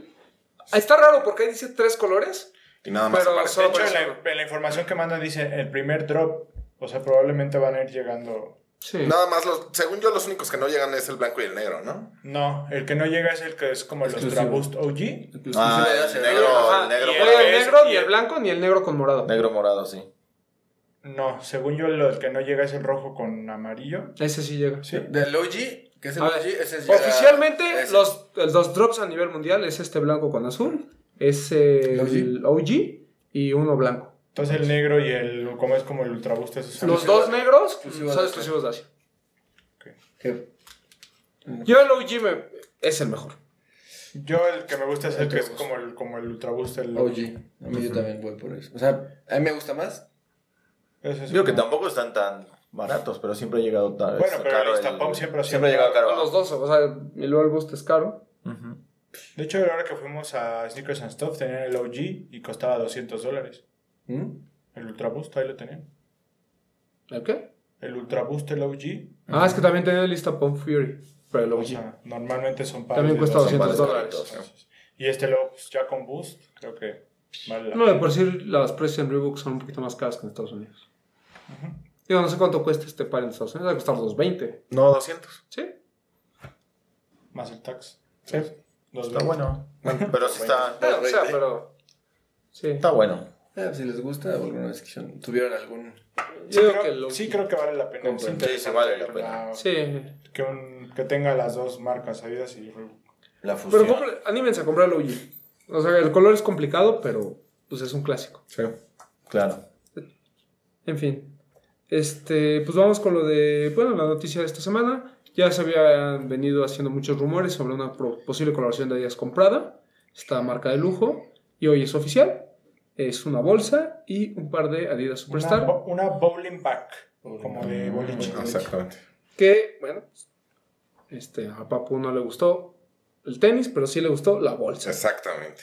B: Ah, Está raro porque ahí dice tres colores.
E: Y nada más.
B: pero
E: aparte.
D: De
B: solo-
D: hecho, en la, en la información que manda dice el primer drop. O sea, probablemente van a ir llegando.
B: Sí.
E: Nada más, los, según yo, los únicos que no llegan es el blanco y el negro, ¿no?
D: No, el que no llega es el que es como los
C: Exclusivo.
D: Traboost OG.
F: Ah,
C: Inclusive ya se
F: el
C: ve.
F: negro,
B: Ajá,
F: el negro,
D: y
B: No hay el
D: es-
B: negro,
D: y
B: ni el
D: el-
B: blanco, ni el negro con morado.
F: negro morado, sí.
D: No, según yo, lo- el que no llega es el rojo con amarillo.
B: Ese sí llega.
D: Sí.
C: Del OG, que es el
B: A
C: OG,
B: ver,
C: ese es ya-
B: Oficialmente,
C: ese.
B: los, los drops a nivel mundial es este blanco con azul, es el OG y uno blanco.
D: Entonces el negro y el, como es como el ultraboost, esos son
B: Los
D: los-
B: dos negros
C: Exclusivos
B: son
C: de
B: exclusivos de Asia.
C: Que-
B: Yo el OG me- es el mejor.
D: Yo el que me gusta es el que es
C: Ultraboost.
D: como el, como el ultraboost, el...
C: OG. A mí yo también voy por eso. O sea, a mí me gusta más.
D: Ese es
F: Digo que
D: como-
F: tampoco están tan baratos, pero siempre ha llegado tarde.
D: Bueno, pero el Instapump siempre ha sido
F: ha llegado caro.
B: Los dos, o sea, mi lugar gusto es caro.
F: Ujú.
D: De hecho, ahora que fuimos a Sneakers and Stuff, tenían el OG y costaba 200 dólares.
C: ¿Mm?
D: El ultraboost, ahí lo tenían.
B: ¿El qué?
D: El ultraboost, el OG.
B: Ah, es que también tenía lista Pump Fury, pero el
D: o
B: OG.
D: sea, normalmente son pares
B: También
D: de
B: cuesta
D: dos-
B: 200
F: pares
B: dólares.
D: Entonces, Y este luego, pues, ya con Boost, creo que vale la
B: No, de por sí las precios en Reebok son un poquito más caras que en Estados Unidos. Digo, no sé cuánto cuesta este par en Estados Unidos, debe costar 220,
E: No, 200.
B: ¿sí?
D: Más el tax.
E: Sí.
D: Dos
F: Está
D: mil.
F: bueno. Bueno, Pero sí está,
B: Pero, o sea,
C: 220.
B: pero... Sí,
F: está bueno.
C: Ah, pues, si les gusta, o alguna vez que tuvieron algún.
D: Sí,
B: yo creo
D: creo-
B: que el OG.
D: sí creo que vale la pena.
C: Compren.
D: Es
C: Sí,
D: interesante
F: sí vale la
D: que
F: pena.
B: Sí,
D: que, un- que tenga las dos marcas, Adidas y Reebok.
F: La
B: Pero
F: fusión.
B: compre- anímense a comprar el OG. O sea, el color es complicado, pero pues es un clásico.
F: Sí, claro.
B: En fin. Este, pues vamos con lo de, bueno, la noticia de esta semana. Ya se habían venido haciendo muchos rumores sobre una pro- posible colaboración de Adidas con Prada, esta marca de lujo, y hoy es oficial. Es una bolsa y un par de Adidas
D: Una,
B: Superstar,
D: bo- una bowling back, como de boliche.
E: Exactamente.
B: que, bueno, este, a Papu no le gustó el tenis, pero sí le gustó la bolsa.
E: Exactamente.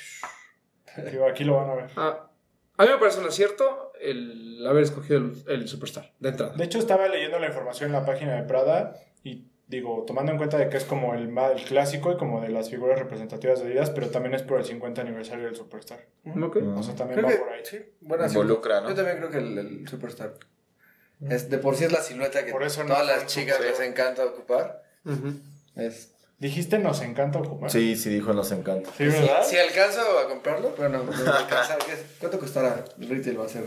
D: Digo, aquí lo van a ver.
B: Ah, a mí me parece un acierto el haber escogido el, el Superstar de entrada.
D: De hecho, estaba leyendo la información en la página de Prada y digo, tomando en cuenta de que es como el, ma- el clásico y como de las figuras representativas de Adidas, pero también es por el 50 aniversario del Superstar.
B: ¿No que?
D: O sea, también
C: Creo
D: va
C: que,
D: por ahí.
C: sí, buena
F: Involucra,
C: silueta.
F: ¿no?
C: Yo también creo que el, el Superstar. Es, de por sí es la silueta que
D: Por eso no
C: todas
D: fue
C: las
D: un
C: chicas
D: museo.
C: les encanta ocupar.
B: Ujú.
C: Es,
D: Dijiste, nos encanta ocupar.
F: Sí, sí, dijo, nos encanta.
D: Sí, ¿verdad?
C: Si alcanzo a comprarlo, pero no, no voy a alcanzar. ¿Qué es? ¿Cuánto costará? El retail va a ser.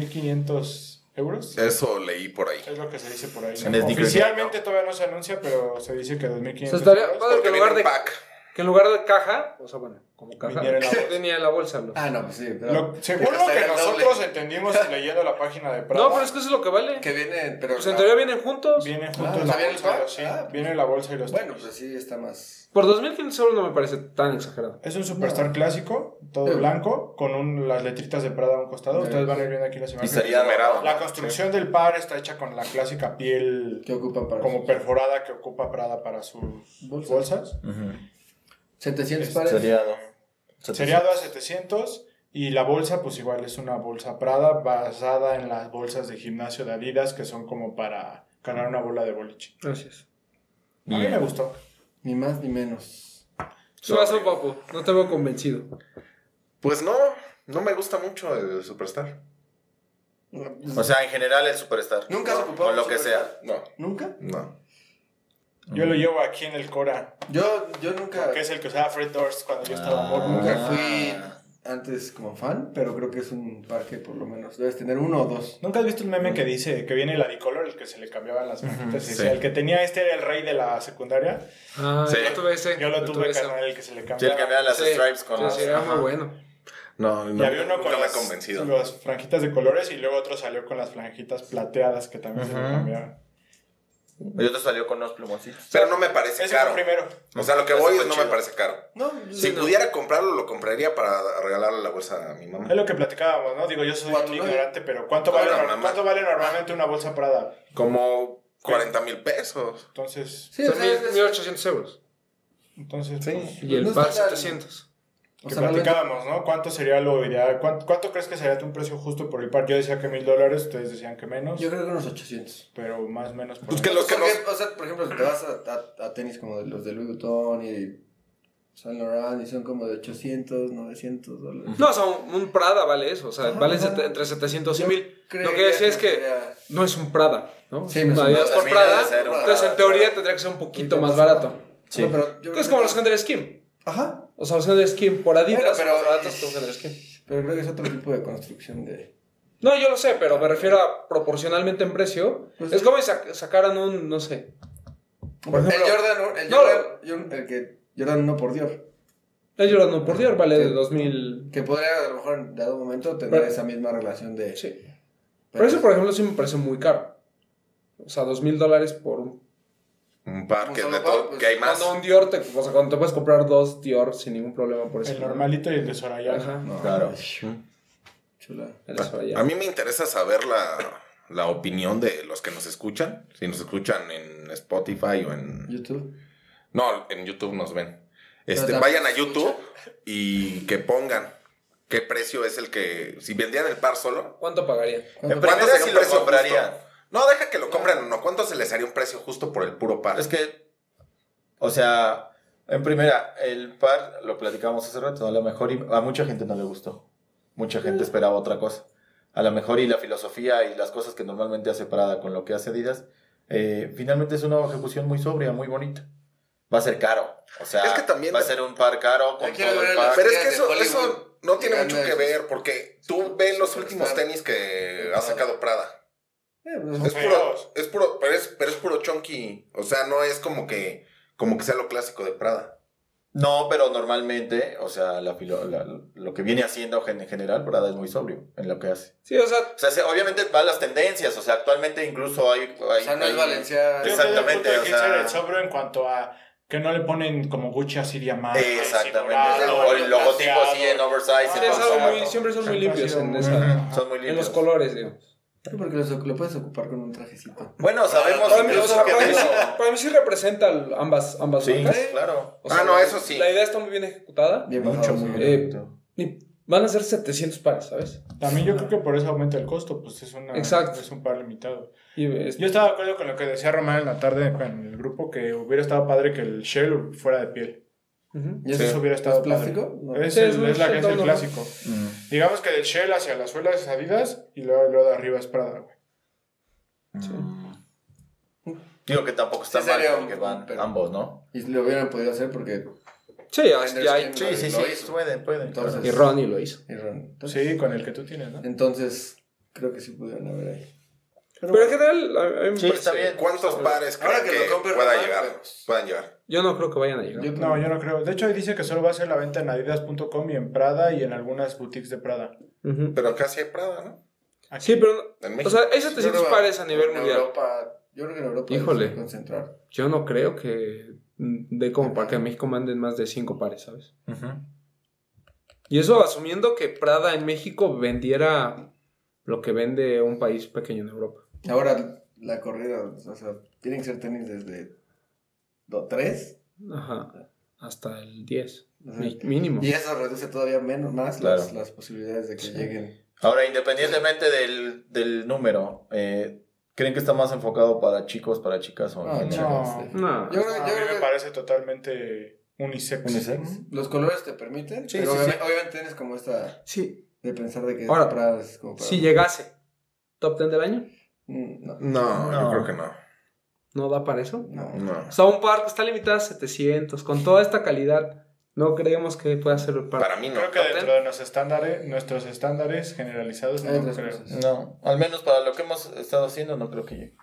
D: 2.500 euros.
E: Eso leí por ahí.
D: Es lo que se dice por ahí.
F: En
D: ¿no?
F: Sneaker Geek,
D: Oficialmente todavía no se anuncia, pero se dice que 2500
B: O sea, estaría
D: euros.
B: padre que
E: Porque
B: en,
E: viene
B: lugar
E: un
B: de,
E: pack.
B: que en lugar de caja, o sea, bueno, como caja,
D: Viniera en la bolsa.
B: tenía en la bolsa. ¿no?
C: Ah, no, pues sí. pero-
D: Lo- según
C: pero
D: lo
C: estaría
D: que
C: el doble.
D: nosotros entendimos leyendo la página de Prada,
B: no, pero es que eso es lo que vale.
C: Que viene, pero.
B: Pues en teoría vienen juntos.
D: viene junto
C: Ah,
D: en la
C: ¿sabía el
D: bolsa.
C: pack?
D: sí,
C: Ah.
D: viene la bolsa y los
C: Bueno,
D: tenis.
C: pues sí, está más.
B: Por 2.500 euros no me parece tan exagerado.
D: Es un superstar clásico, todo
C: Sí.
D: blanco, con un- las letritas de Prada a un costado.
C: Sí.
D: Ustedes van a ir viendo aquí las imágenes.
F: sería
E: numerado.
D: La construcción del par está hecha con la clásica piel
C: que ocupan para.
D: como
C: sus-
D: perforada que ocupa Prada para sus
C: Bolsas.
D: bolsas.
C: 700 pares.
F: Seriado.
D: Seriado a 700 y la bolsa, pues igual es una bolsa Prada basada en las bolsas de gimnasio de Adidas que son como para cargar una bola de boliche.
B: Gracias.
D: A mí
F: Bien.
D: me gustó.
C: Ni más ni menos.
B: Tú vas a papo, no te veo convencido.
E: Pues no, no me gusta mucho el Superstar.
F: O sea, en general el superstar.
C: Nunca has
F: Con-
C: ocupado
F: Con Pues, lo
C: un
F: que
C: superstar.
F: sea.
E: No,
C: ¿Nunca?
E: no.
D: Yo lo llevo aquí en el Cora,
C: Yo, yo nunca.
D: que es el que usaba Fred Durst cuando yo estaba
F: Ah.
D: morro.
C: Nunca fui antes como fan, pero creo que es un parque por lo menos. Debes tener uno o dos.
D: ¿Nunca has visto un meme que dice que viene el adicolor, el que se le cambiaban las manitas?
E: sí.
D: y decía, El que tenía este era el rey de la secundaria.
B: Ah,
E: Sí.
B: yo tuve ese.
D: Yo lo tuve,
B: ese.
D: carnal, el que se le
F: Sí, el que me da
D: cambiaba.
F: las
B: Sí,
F: stripes con
B: sí,
F: los.
B: sí, era muy
F: Ajá.
B: bueno.
E: No, no.
D: Y había uno con
E: nunca me ha
D: las,
E: convencido.
D: las franjitas de colores y luego otro salió con las franjitas plateadas que también se le
F: Ujú.
D: cambiaban.
F: Y otro salió con unos plumoncitos.
E: Pero no me parece
D: Ese
E: caro.
D: fue primero.
E: O sea, lo que
F: Ese
E: voy
F: fue
E: es no
F: chido.
E: me parece caro.
C: No,
E: Si pudiera comprarlo, lo compraría para regalarle la bolsa a mi mamá.
D: Es lo que platicábamos, ¿no? Digo, yo soy
C: Cuatro,
D: un
C: ¿no?
D: ignorante, pero ¿cuánto
E: Toda
D: vale,
E: la
D: nor-
E: mamá.
D: ¿cuánto vale normalmente una bolsa Prada?
E: Como 40 mil pesos.
D: Entonces,
C: Sí, o
B: Son
C: sea, es-
B: 1.800 euros.
D: entonces pues,
B: Y el
C: No está
B: par
C: tan-
B: 700.
C: o
D: que
C: sea, realmente-
D: platicábamos, ¿no? ¿Cuánto sería lo ideal? ¿Cuánto, cuánto crees que sería un precio justo por el par? Yo decía que mil dólares, ustedes decían que menos,
C: yo creo que unos 800.
D: pero más o menos. Por
E: Pues
D: ahí.
E: que los que
C: Porque,
E: nos...
C: O sea, por ejemplo, si te vas a, a- a tenis como de los de Louis Vuitton y Saint Laurent y son como de 800, 900 dólares.
B: No, o sea, un, un Prada vale eso. O sea,
C: Ajá.
B: vale sete- entre 700 y
C: Yo
B: 1.000. Lo que
C: creería
B: decía es que
C: sería-
B: no es un Prada, ¿no?
C: Sí,
B: Es un
C: no es un
B: Adidas
C: Prada.
B: por
F: Termina de
B: Prada.
F: ser un
B: Entonces, en
F: Prada.
B: teoría tendría que ser un poquito más barato.
F: Sí.
C: No, pero yo-
B: Que es como los Under Skin.
C: Ajá.
B: O sea, los Under Skin por Adidas
C: Bueno,
B: son
C: pero-
B: más baratos que los Under Skin.
C: Pero creo que es otro tipo de construcción de.
B: No, yo lo sé, pero me refiero a proporcionalmente en precio.
C: Pues
B: es
C: sí.
B: como si sac- sacaran un, no sé.
C: Por ejemplo, el Jordan, el
B: No.
C: Jordan, el que Jordan no por Dior.
B: Es llorando por Dios, vale, de
C: Sí.
B: 2000.
C: Que podría a lo mejor en dado momento tener
B: Pero-
C: esa misma relación de...
B: Sí. Pero eso, por ejemplo, sí me parece muy caro. O sea, 2000 dólares por un.
E: Un par que,
C: Un
E: de
C: solo
E: todo,
C: par, pues,
E: que hay más.
B: Cuando un Dior, te, o sea, cuando te puedes comprar dos Dior sin ningún problema por eso.
D: El normalito y el de Soraya.
B: Ajá.
C: No,
F: Claro.
C: Chula.
B: el Soraya.
E: A mí me interesa saber la, la opinión de los que nos escuchan. Si nos escuchan en Spotify o en...
C: YouTube.
E: No, en YouTube nos ven. Este,
C: Pero
E: vayan a
C: también
E: YouTube y que pongan qué precio es el que... Si vendían el par solo,
B: ¿Cuánto pagaría?
E: ¿cuánto
F: primera,
E: sería
F: si
E: un
F: lo
E: precio
F: compraría.
E: justo? No, deja que lo compren o no. ¿Cuánto se les haría un precio justo por el puro par?
F: Es que, o sea, en primera, el par, lo platicábamos hace rato, a lo mejor y- a mucha gente no le gustó. Mucha gente esperaba otra cosa. A lo mejor y la filosofía y las cosas que normalmente hace Prada con lo que hace Adidas, eh, finalmente es una ejecución muy sobria, muy bonita. Va a ser caro. O sea,
E: Es que también-
F: va a ser un par caro con
C: Ya quiero
F: todo el
C: ver
F: par.
C: las-
E: Pero es que
C: de
E: eso,
C: Hollywood.
E: eso no tiene
C: Ya
E: mucho
C: no
E: que
C: es-
E: ver porque tú ves los últimos tenis que ha sacado Prada.
C: Eh, pues,
E: Es puro,
D: Feos.
E: es puro, pero es, pero es puro chunky. O sea, no es como que, como que sea lo clásico de Prada.
F: No, pero normalmente, o sea, la filo- la- lo que viene haciendo en general, Prada es muy sobrio en lo que hace.
B: Sí, o sea,
F: O sea, se- obviamente van las tendencias, o sea, actualmente incluso hay...
C: o
F: hay-
C: sea, no es
F: hay-
C: Valencia...
F: Exacto. Exactamente,
D: Yo estoy de acuerdo
F: o
D: que
F: sea-
D: sea el sobro en cuanto a que no le ponen como Gucci así diamantes. y
F: Exactamente.
D: dorado,
F: o el logotipo
D: plateado.
F: así en oversize.
D: Sí,
B: sí,
C: Ah,
F: en
B: es algo muy-
F: oversize.
B: siempre son muy limpios en,
D: Ajá.
B: esa-
F: Son muy
B: en
F: limpios.
B: los colores, digo.
C: Sí, porque los- lo puedes ocupar con un trajecito.
F: Bueno, sabemos
B: Para mí, o
F: incluso
B: sea,
F: que
B: para, mí,
F: eso...
B: para mí sí representa el- ambas, ambas
F: Sí,
B: marcas.
C: ¿Eh?
F: claro.
B: O
E: Ah, no, eso sí.
B: La idea está muy bien ejecutada.
C: Bien
F: Mucho,
C: bajado,
F: muy
C: sí.
F: bien.
B: Eh, y van a ser 700 pares, ¿sabes?
D: También yo creo que por eso aumenta el costo, pues es, una,
B: Exacto.
D: es un par limitado.
B: Y es-
D: Yo estaba de acuerdo con lo que decía Román en la tarde en el grupo, que hubiera estado padre que el shell fuera de piel.
B: Ujú.
C: ¿Y
D: Eso hubiera estado
C: ¿Es plástico? No.
D: padre. Es,
B: Sí,
D: el-
B: es un
D: es la que es el
B: shell
D: clásico.
F: Mm.
D: Digamos que del shell hacia las suelas es Adidas y luego, luego de arriba es Prada, güey.
F: Digo que tampoco está
C: Sí,
F: mal
C: sería un-
F: porque van
C: pero-
F: ambos, ¿no?
C: Y lo hubieran podido hacer porque...
B: Sí, ya, ya hay.
C: Sí, sí, sí,
F: Pueden, pueden.
C: Entonces-
B: Y Ronnie lo hizo.
C: y Ron. Entonces,
D: Sí, con el que tú tienes, ¿no?
C: entonces, creo que sí pudieron haber ahí.
B: Pero en general, a- a mí me
F: Sí,
B: parece-
F: está bien.
E: ¿Cuántos pares
C: Ahora
E: creen
C: que lo
E: que,
C: compre
E: pueda
C: Román,
E: llegar,
C: pues.
E: puedan llegar?
B: Yo no creo que vayan a llegar.
C: Yo-
D: No, yo no creo. De hecho, ahí dice que solo va a ser la venta en adidas.com y en Prada y en algunas boutiques de Prada.
B: Ujú.
E: Pero casi hay Prada, ¿no?
B: Sí, pero. no-
E: En
B: O
E: México.
B: sea, hay
C: Yo
B: 700
C: creo que
B: pares a nivel
C: en
B: mundial.
C: Europa, yo creo que en Europa
B: Híjole.
C: se concentrar.
B: Yo no creo que mm, dé como para que a México manden más de 5 pares, ¿sabes? Y eso asumiendo que Prada en México vendiera lo que vende un país pequeño en Europa.
C: Ahora, la corrida, o sea, tienen que ser tenis desde 3.
B: Ajá. Hasta el 10.
C: Ajá.
B: mi- Mínimo.
C: Y eso reduce todavía menos, más
F: Claro.
C: las, las posibilidades de que lleguen.
F: Ahora, independientemente del, del número, eh, ¿creen que está más enfocado para chicos, para chicas o
C: Ah, no.
F: en general?
D: no. Ah,
B: No.
C: Yo creo,
D: A
C: yo
D: mí
C: creo
D: me
C: que
D: parece totalmente unisex.
F: ¿Unisex?
C: los colores te permiten,
F: Sí,
C: pero
F: sí,
C: obvi- obviamente, tienes como esta
B: Sí,
C: de pensar de que
B: Ahora,
C: Prada es como para-
B: si llegase top 10 del año,
C: Mm, no,
E: No, yo
F: No.
E: creo que no.
B: no da para eso.
C: no.
E: No.
B: O sea, un par que está limitado a 700. Con toda esta calidad, no creemos que pueda ser el par.
E: Para mí no.
D: Creo que dentro de los estándares, nuestros estándares generalizados,
C: Hay
D: no
C: otras
D: creo.
C: cosas.
F: No, al menos para lo que hemos estado haciendo, no creo que llegue.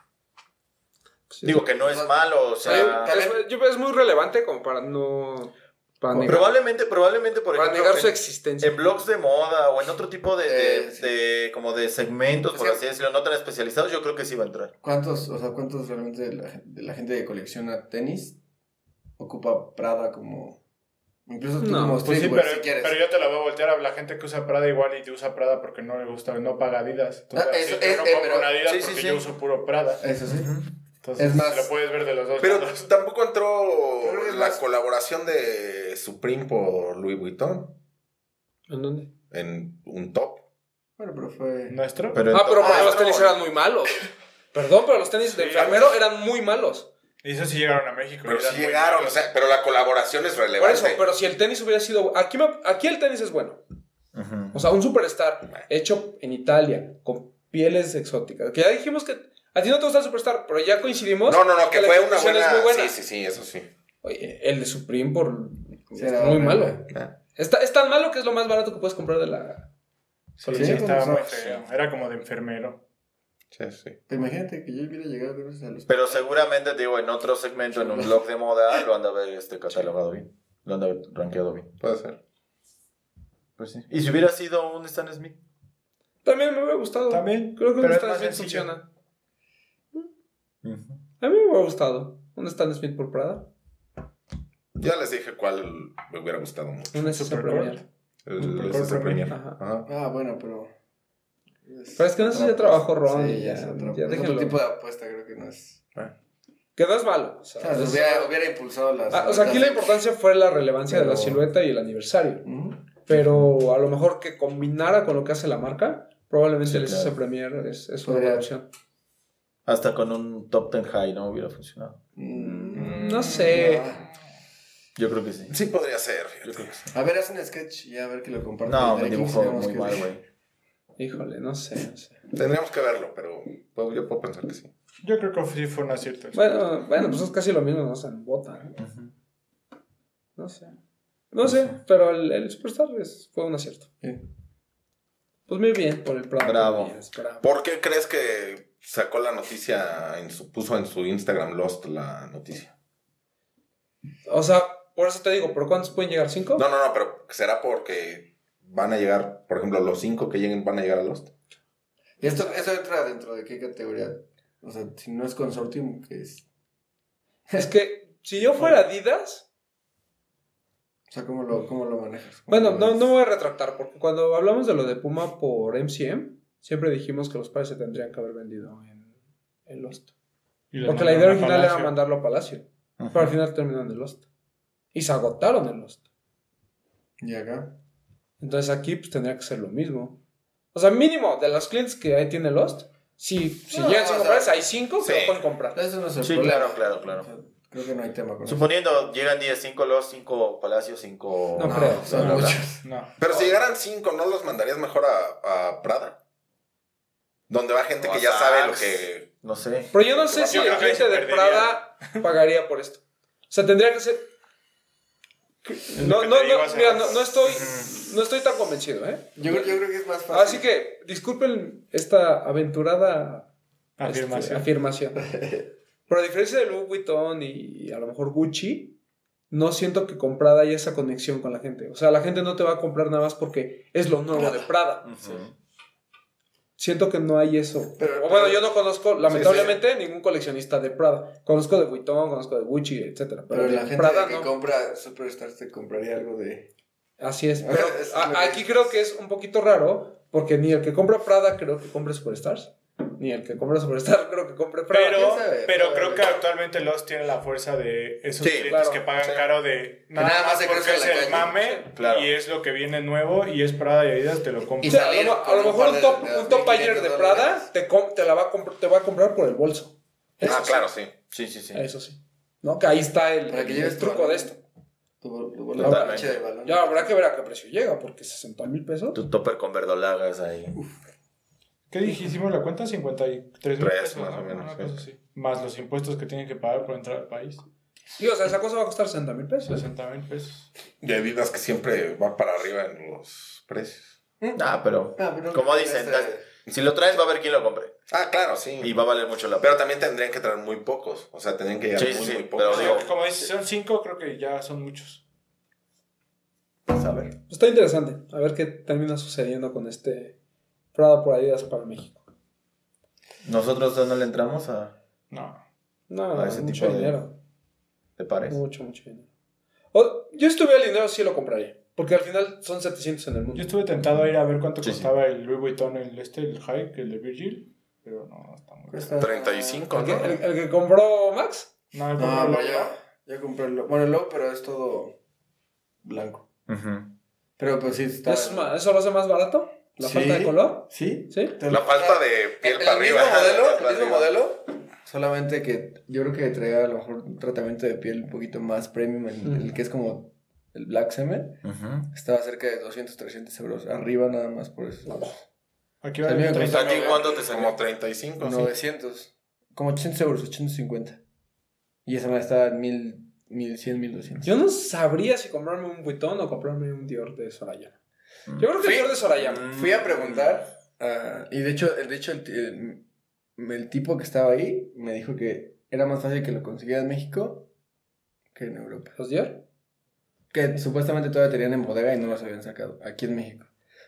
B: Sí.
F: Digo que no es malo, o
B: Pero
F: sea...
B: es, yo creo que es muy relevante como para no. Para negar,
F: Probablemente, probablemente, por
B: para
F: ejemplo,
B: negar su
F: en-
B: existencia.
F: en blogs de moda o en otro tipo de, de-
C: Eh, sí.
F: de- como de segmentos,
C: Es
F: por
C: que-
F: así decirlo, no tan especializados, yo creo que sí va a entrar.
C: ¿Cuántos, o sea, cuántos realmente de la, gen- de la gente que colecciona tenis ocupa Prada como... Incluso tú
B: No,
C: como
B: pues
D: Pues sí,
C: streetwear,
D: pero,
C: si quieres.
D: pero yo te la voy a voltear a la gente que usa Prada igual y te usa Prada porque no le gusta, no paga Adidas. Entonces,
C: Ah, eso-
D: sí, yo
C: es-
D: no
C: eh,
D: compro
C: pero-
D: una Adidas
F: sí, sí,
D: porque
F: sí.
D: yo uso puro Prada.
C: Eso sí.
D: Entonces,
C: Es más-
D: lo puedes ver de los dos
E: Pero
D: lados.
E: tampoco
C: Creo que
E: entró
C: es
E: la
C: más-
E: colaboración de Supreme por Louis Vuitton
B: ¿En dónde?
E: en un top.
C: Bueno, pero fue...
D: ¿Nuestro?
F: Pero
B: Ah, pero
F: entonces-
B: porque los
F: no,
B: tenis eran muy malos. Perdón, pero los tenis de
D: Sí.
B: enfermero eran muy malos.
D: Y eso sí llegaron a México.
E: Pero
D: y eran
E: sí
D: muy
E: llegaron, o
D: malos.
E: sea, pero la colaboración es
B: Por eso,
E: relevante.
B: pero si el tenis hubiera sido. Aquí, me- aquí el tenis es bueno.
F: Ujú.
B: O sea, un superstar hecho en Italia con pieles exóticas. Que ya dijimos que a ti no te gusta el superstar, pero ya coincidimos.
E: No, no, no, que
B: la
E: fue una
B: ejecución es
E: buena...
B: muy
E: Sí, sí, sí, eso sí.
B: Oye, el de Supreme por.
C: Sí,
B: es
C: era
B: muy
C: horrible.
B: malo.
E: Ah.
B: Está, es tan malo que es lo más barato que puedes comprar de la.
D: Sí,
C: Sí,
D: sí, estaba
C: como
D: muy
C: sabes.
D: feo. Era como de enfermero.
E: Sí, sí.
C: Pero imagínate que yo hubiera llegado gracias a los...
F: Pero seguramente, digo, en otro segmento, en un blog de moda, lo han de haber este, catalogado bien. Lo han de haber rankeado bien.
E: Puede ser.
F: Pues sí. Y si hubiera sido un Stan Smith.
B: También me hubiera gustado.
D: También,
B: Creo que un
D: pero es
B: Stan
D: más
B: Smith
D: sencillo.
B: funciona. A mí me hubiera gustado. Un Stan Smith por Prada.
E: Ya les dije cuál me hubiera gustado mucho.
B: Un SS
D: Supergirl.
B: Premier.
E: El
D: Supergirl
E: SS
D: Premier.
E: Premier.
B: Ajá.
E: Ajá.
C: Ah, bueno, pero.
B: Pero es que no sé si ya trabajó Ron,
C: Sí,
B: ya,
C: ya, es otro,
B: ya
C: es otro
B: déjenlo.
C: tipo de apuesta, creo que no es.
B: Que no es malo. O
C: O
B: sea,
C: sea,
B: Pues es-
C: hubiera, hubiera impulsado las.
B: Ah, o sea, aquí la importancia fue la relevancia de la
C: Pero-
B: silueta y el aniversario.
C: Ujú.
B: Pero a lo mejor que combinara con lo que hace la marca, probablemente el SS
F: claro.
B: Premier es, es una buena
C: Podría.
B: opción.
F: Hasta con un top 10 high no hubiera funcionado.
C: Mm,
B: no sé.
F: Yo creo que sí.
E: Sí, podría ser. fíjate.
F: Yo creo que sí.
C: A ver, haz un sketch y a ver que lo comparten.
F: No,
C: Aquí
F: me
C: sí
F: dibujó
C: tenemos
F: muy
C: que-
F: mal, güey.
B: Híjole, no sé, no sé.
E: Tendríamos que verlo, pero puedo- yo puedo pensar que sí.
D: Yo creo que sí fue un acierto.
B: Bueno, bueno, pues es casi lo mismo, no sé, en bota. ¿no? No sé. No sé, pero el, el Superstar es- fue un acierto.
C: Sí.
B: Pues muy bien por el Prada.
F: Bravo.
B: Yes, bravo.
E: ¿Por qué crees que sacó la noticia, en su, puso en su Instagram Lost la noticia?
B: O sea, por eso te digo, ¿por cuántos pueden llegar? ¿Cinco?
E: No, no, no, pero será porque van a llegar, por ejemplo, los cinco que lleguen van a llegar a Lost.
C: ¿Y esto, eso entra dentro de qué categoría? O sea, si no es consortium, ¿qué es?
B: Es que si yo fuera Adidas,
C: O sea, ¿cómo lo, cómo lo manejas? ¿Cómo
B: Bueno,
C: lo
B: no,
C: ves?
B: no me voy a retractar, porque cuando hablamos de lo de Puma por MCM, siempre dijimos que los padres se tendrían que haber vendido en, en Lost.
D: Y le
B: Porque la idea
D: mandaron a
B: original era
D: Palacio.
B: mandarlo a Palacio, pero al final terminaron en Lost. Y se agotaron en Lost.
C: Y acá.
B: Entonces aquí pues tendría que ser lo mismo. O sea, mínimo de los clientes que ahí tiene Lost, si, si
C: No,
B: llegan
C: o
B: cinco
C: sea,
B: pares, hay cinco que
E: sí.
B: lo pueden comprar.
C: Eso no es el
F: Sí,
C: problema.
F: claro, claro, claro.
C: O sea, creo que no hay tema con eso.
F: Suponiendo, llegan 10, 5 los, 5 palacios, 5...
B: No creo.
C: Son
F: bla, bla, bla.
C: muchos.
D: No.
E: Pero si llegaran cinco, ¿no los mandarías mejor a, a Prada? Donde va gente
F: O
E: que
F: a
E: ya sabe lo
F: Saks.
E: que...
F: No sé.
B: Pero yo no sé
D: Yo
B: si
D: creo
B: el
D: que ahí
B: cliente
D: se
B: de
D: perdería.
B: Prada pagaría por esto. O sea, tendría que ser. No,
D: que
B: no,
D: te digo,
B: no,
D: hace
B: mira,
D: rato.
B: no, no estoy, no estoy tan convencido, ¿eh? Ah,
C: Yo, creo- yo creo que es más fácil.
B: Así que disculpen esta aventurada este,
D: Afirmación.
B: afirmación. Pero a diferencia de Louis Vuitton y a lo mejor Gucci, no siento que con Prada haya esa conexión con la gente. O sea, la gente no te va a comprar nada más porque es lo nuevo de Prada.
E: Ah,
B: Siento que no hay eso.
C: Pero-
B: o bueno, yo no conozco, lamentablemente, ningún coleccionista de Prada. Conozco de Vuitton, conozco de Gucci, etcétera. Pero,
C: Pero,
B: de
C: la gente
B: Prada
C: que
B: no.
C: compra Superstars te compraría algo de.
B: Así es.
C: Ajá,
B: Pero
C: es
B: a-
C: lo que-
B: aquí creo que es un poquito raro, porque ni el que compra Prada creo que compre Superstars, ni el que compra Superstar creo que compre Prada.
D: Pero,
C: ¿Quién sabe?
D: pero
C: Pero-
D: creo que actualmente los tiene la fuerza de esos
E: Sí,
D: clientes
B: claro,
D: que pagan
E: sí.
D: caro de
C: nada más se
D: porque
C: crece en
D: es
C: la
D: el
C: calle.
D: mame
F: Claro.
D: y es lo que viene nuevo y es Prada y Adidas te lo
B: O
D: compras.
C: Y-
B: sea, a,
C: salir
B: lo, a
C: con
B: lo
C: un
B: mejor
C: par
B: un
C: de-
B: top,
C: de
B: un top
C: 2.500
B: buyer de Prada
C: dólares.
B: te, com- te la va a compr- te va a comprar por el bolso. Eso
E: Ah,
B: sí, Eh.
E: claro, sí.
F: Sí, sí, sí.
B: Eso sí. ¿No? Que ahí está el,
C: Para que
B: el
C: lleves tu
B: truco
C: balón.
B: de esto.
C: Tu, tu
F: Totalmente.
C: pinche de balón.
B: Ya habrá que ver a qué precio llega, porque 60 mil pesos.
F: Tu topper con verdolagas ahí.
D: ¿Qué dijimos? ¿La cuenta? 53 mil
E: Tres,
D: pesos,
E: más
D: ¿no?
E: o menos,
D: Una
E: sí.
D: cosa así. Más los impuestos que tienen que pagar por entrar al país.
B: Y, o sea, esa cosa va a costar 60 mil pesos.
D: 60 mil pesos.
E: Y Adidas que siempre va para arriba en los precios.
F: Ah, pero...
C: Ah, pero-
F: Como dicen,
C: Este-
F: Si lo traes, va a haber quien lo compre.
E: Ah, claro, sí.
F: Y va a valer mucho la pena.
E: Pero también tendrían que traer muy pocos. O sea, tendrían que llegar
F: Sí,
E: muy,
F: sí,
E: muy
F: pero
E: pocos.
F: digo-
D: Como dices, son 5, creo que ya son muchos.
F: Pues a ver.
B: Está interesante. A ver qué termina sucediendo con este Prada por Adidas para México.
F: Nosotros no le entramos a...
D: No.
B: No,
F: Ah, ese
B: mucho
F: tipo de-
B: dinero.
F: ¿Te parece?
B: Mucho, mucho dinero. O- yo si tuviera el dinero, sí lo compraría. Porque al final son 700 en el
D: Yo
B: mundo.
D: estuve tentado a ir a ver cuánto
F: Sí, sí.
D: costaba el Louis Vuitton, el este, el High, el de Virgil. Pero no, está muy caro.
C: Cuesta-
E: 35,
B: ¿El que,
E: ¿no?
B: el- el que compró Max?
D: No, el
C: No,
D: Pablo
C: pero yo, yo compré el low. Bueno, el low, pero es todo blanco. Pero pues sí, está.
B: ¿Eso, es ma- eso lo hace más barato? ¿La
C: Sí.
B: falta de color?
C: ¿Sí?
B: ¿Sí.
E: La falta de
C: El,
E: piel para
C: mismo
E: arriba. Piel
C: modelo,
E: para
C: el mismo
E: arriba.
C: modelo. Solamente que yo creo que traía a lo mejor un tratamiento de piel un poquito más premium, el,
B: Mm.
C: el que es como el Black Semen. Estaba cerca de 200, 300 euros. Arriba nada más por eso.
D: Aquí va a
C: A mí me
D: haber
C: costó-
E: ¿A ti
D: 39.
E: cuánto te salió? Como 35, sí.
C: 900. Como 800 euros, 850. Y esa me estaba en 1000, 1100, 1200.
B: Yo no sabría si comprarme un Vuitton o comprarme un Dior de Soraya. Yo creo que
C: Sí. Mm.
B: Dior de Soraya.
C: Fui a preguntar ah, y de hecho, de hecho el, el- el tipo que estaba ahí me dijo que era más fácil que lo consiguiera en México que en Europa.
B: ¿Los Dior?
C: que supuestamente todavía tenían en bodega y no los habían sacado aquí en México.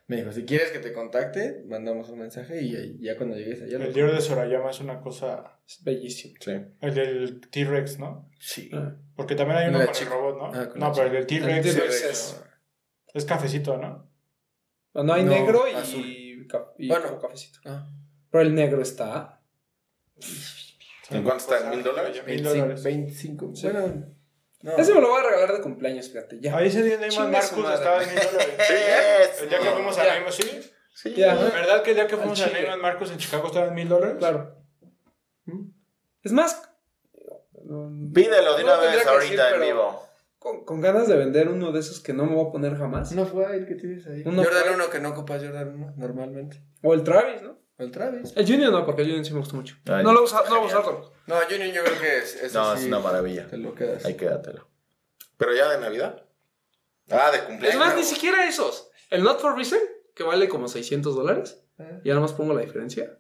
C: Me dijo, si quieres que te contacte, mandamos un mensaje y ahí- ya cuando llegues allá...
D: El libro de Sorayama es una cosa bellísima.
E: Sí.
D: El del T-Rex, ¿no?
E: Sí.
D: Porque también hay
C: Con
D: uno
C: la
D: con el
C: chica.
D: robot, ¿no?
C: Ah, con
D: no,
C: la
D: pero el del T-Rex
B: El T-Rex
D: es,
B: es-
D: es cafecito, ¿no?
B: Cuando hay
C: No,
B: negro y,
C: azul.
B: ca- y
C: Bueno.
B: como cafecito.
C: Ah,
B: Pero el negro está.
E: ¿En cuánto está? ¿En mil dólares?
D: Mil
C: 25.
D: dólares.
C: 25.
B: Sí.
C: Ah, Bueno, no.
B: Ese me lo voy a regalar de cumpleaños, fíjate. Ya.
D: Ahí se dio Neyman
B: Chinga su
D: Marcus
B: madre.
D: estaba en mil dólares.
E: Yes.
D: El día que fuimos a
B: Ya.
D: Neyman, sí.
E: Sí.
B: Ya.
D: ¿Verdad que el día que
B: Al
D: fuimos a
B: chile.
D: Neyman Marcus en Chicago estaba en mil dólares?
B: Claro. ¿Mm? Es más, mm,
F: Pídelo de
B: No
F: una
B: tendría
F: vez
B: que
F: ahorita
B: decir,
F: en
B: pero-
F: vivo.
B: con, con ganas de vender uno de esos que no me voy a poner jamás.
C: No fue el que tienes ahí.
B: Uno
C: Jordan
B: fue.
C: 1 que no ocupas Jordan 1 normalmente.
B: O el Travis, ¿no?
C: O el Travis.
B: El Junior no, porque el Junior sí me gustó mucho.
F: Ay,
B: no lo usa, no lo
F: genial.
B: usarlo.
C: No, Junior yo creo que es... ese
F: No, es
C: sí
F: una maravilla.
C: Te lo quedas.
F: Ahí quédatelo.
E: Pero ya de Navidad. Ah, de
B: Es
E: cumpleaños.
B: más, ni siquiera esos. El Not for Reason, que vale como 600 dólares.
C: Ah.
B: Y ahora más pongo la diferencia.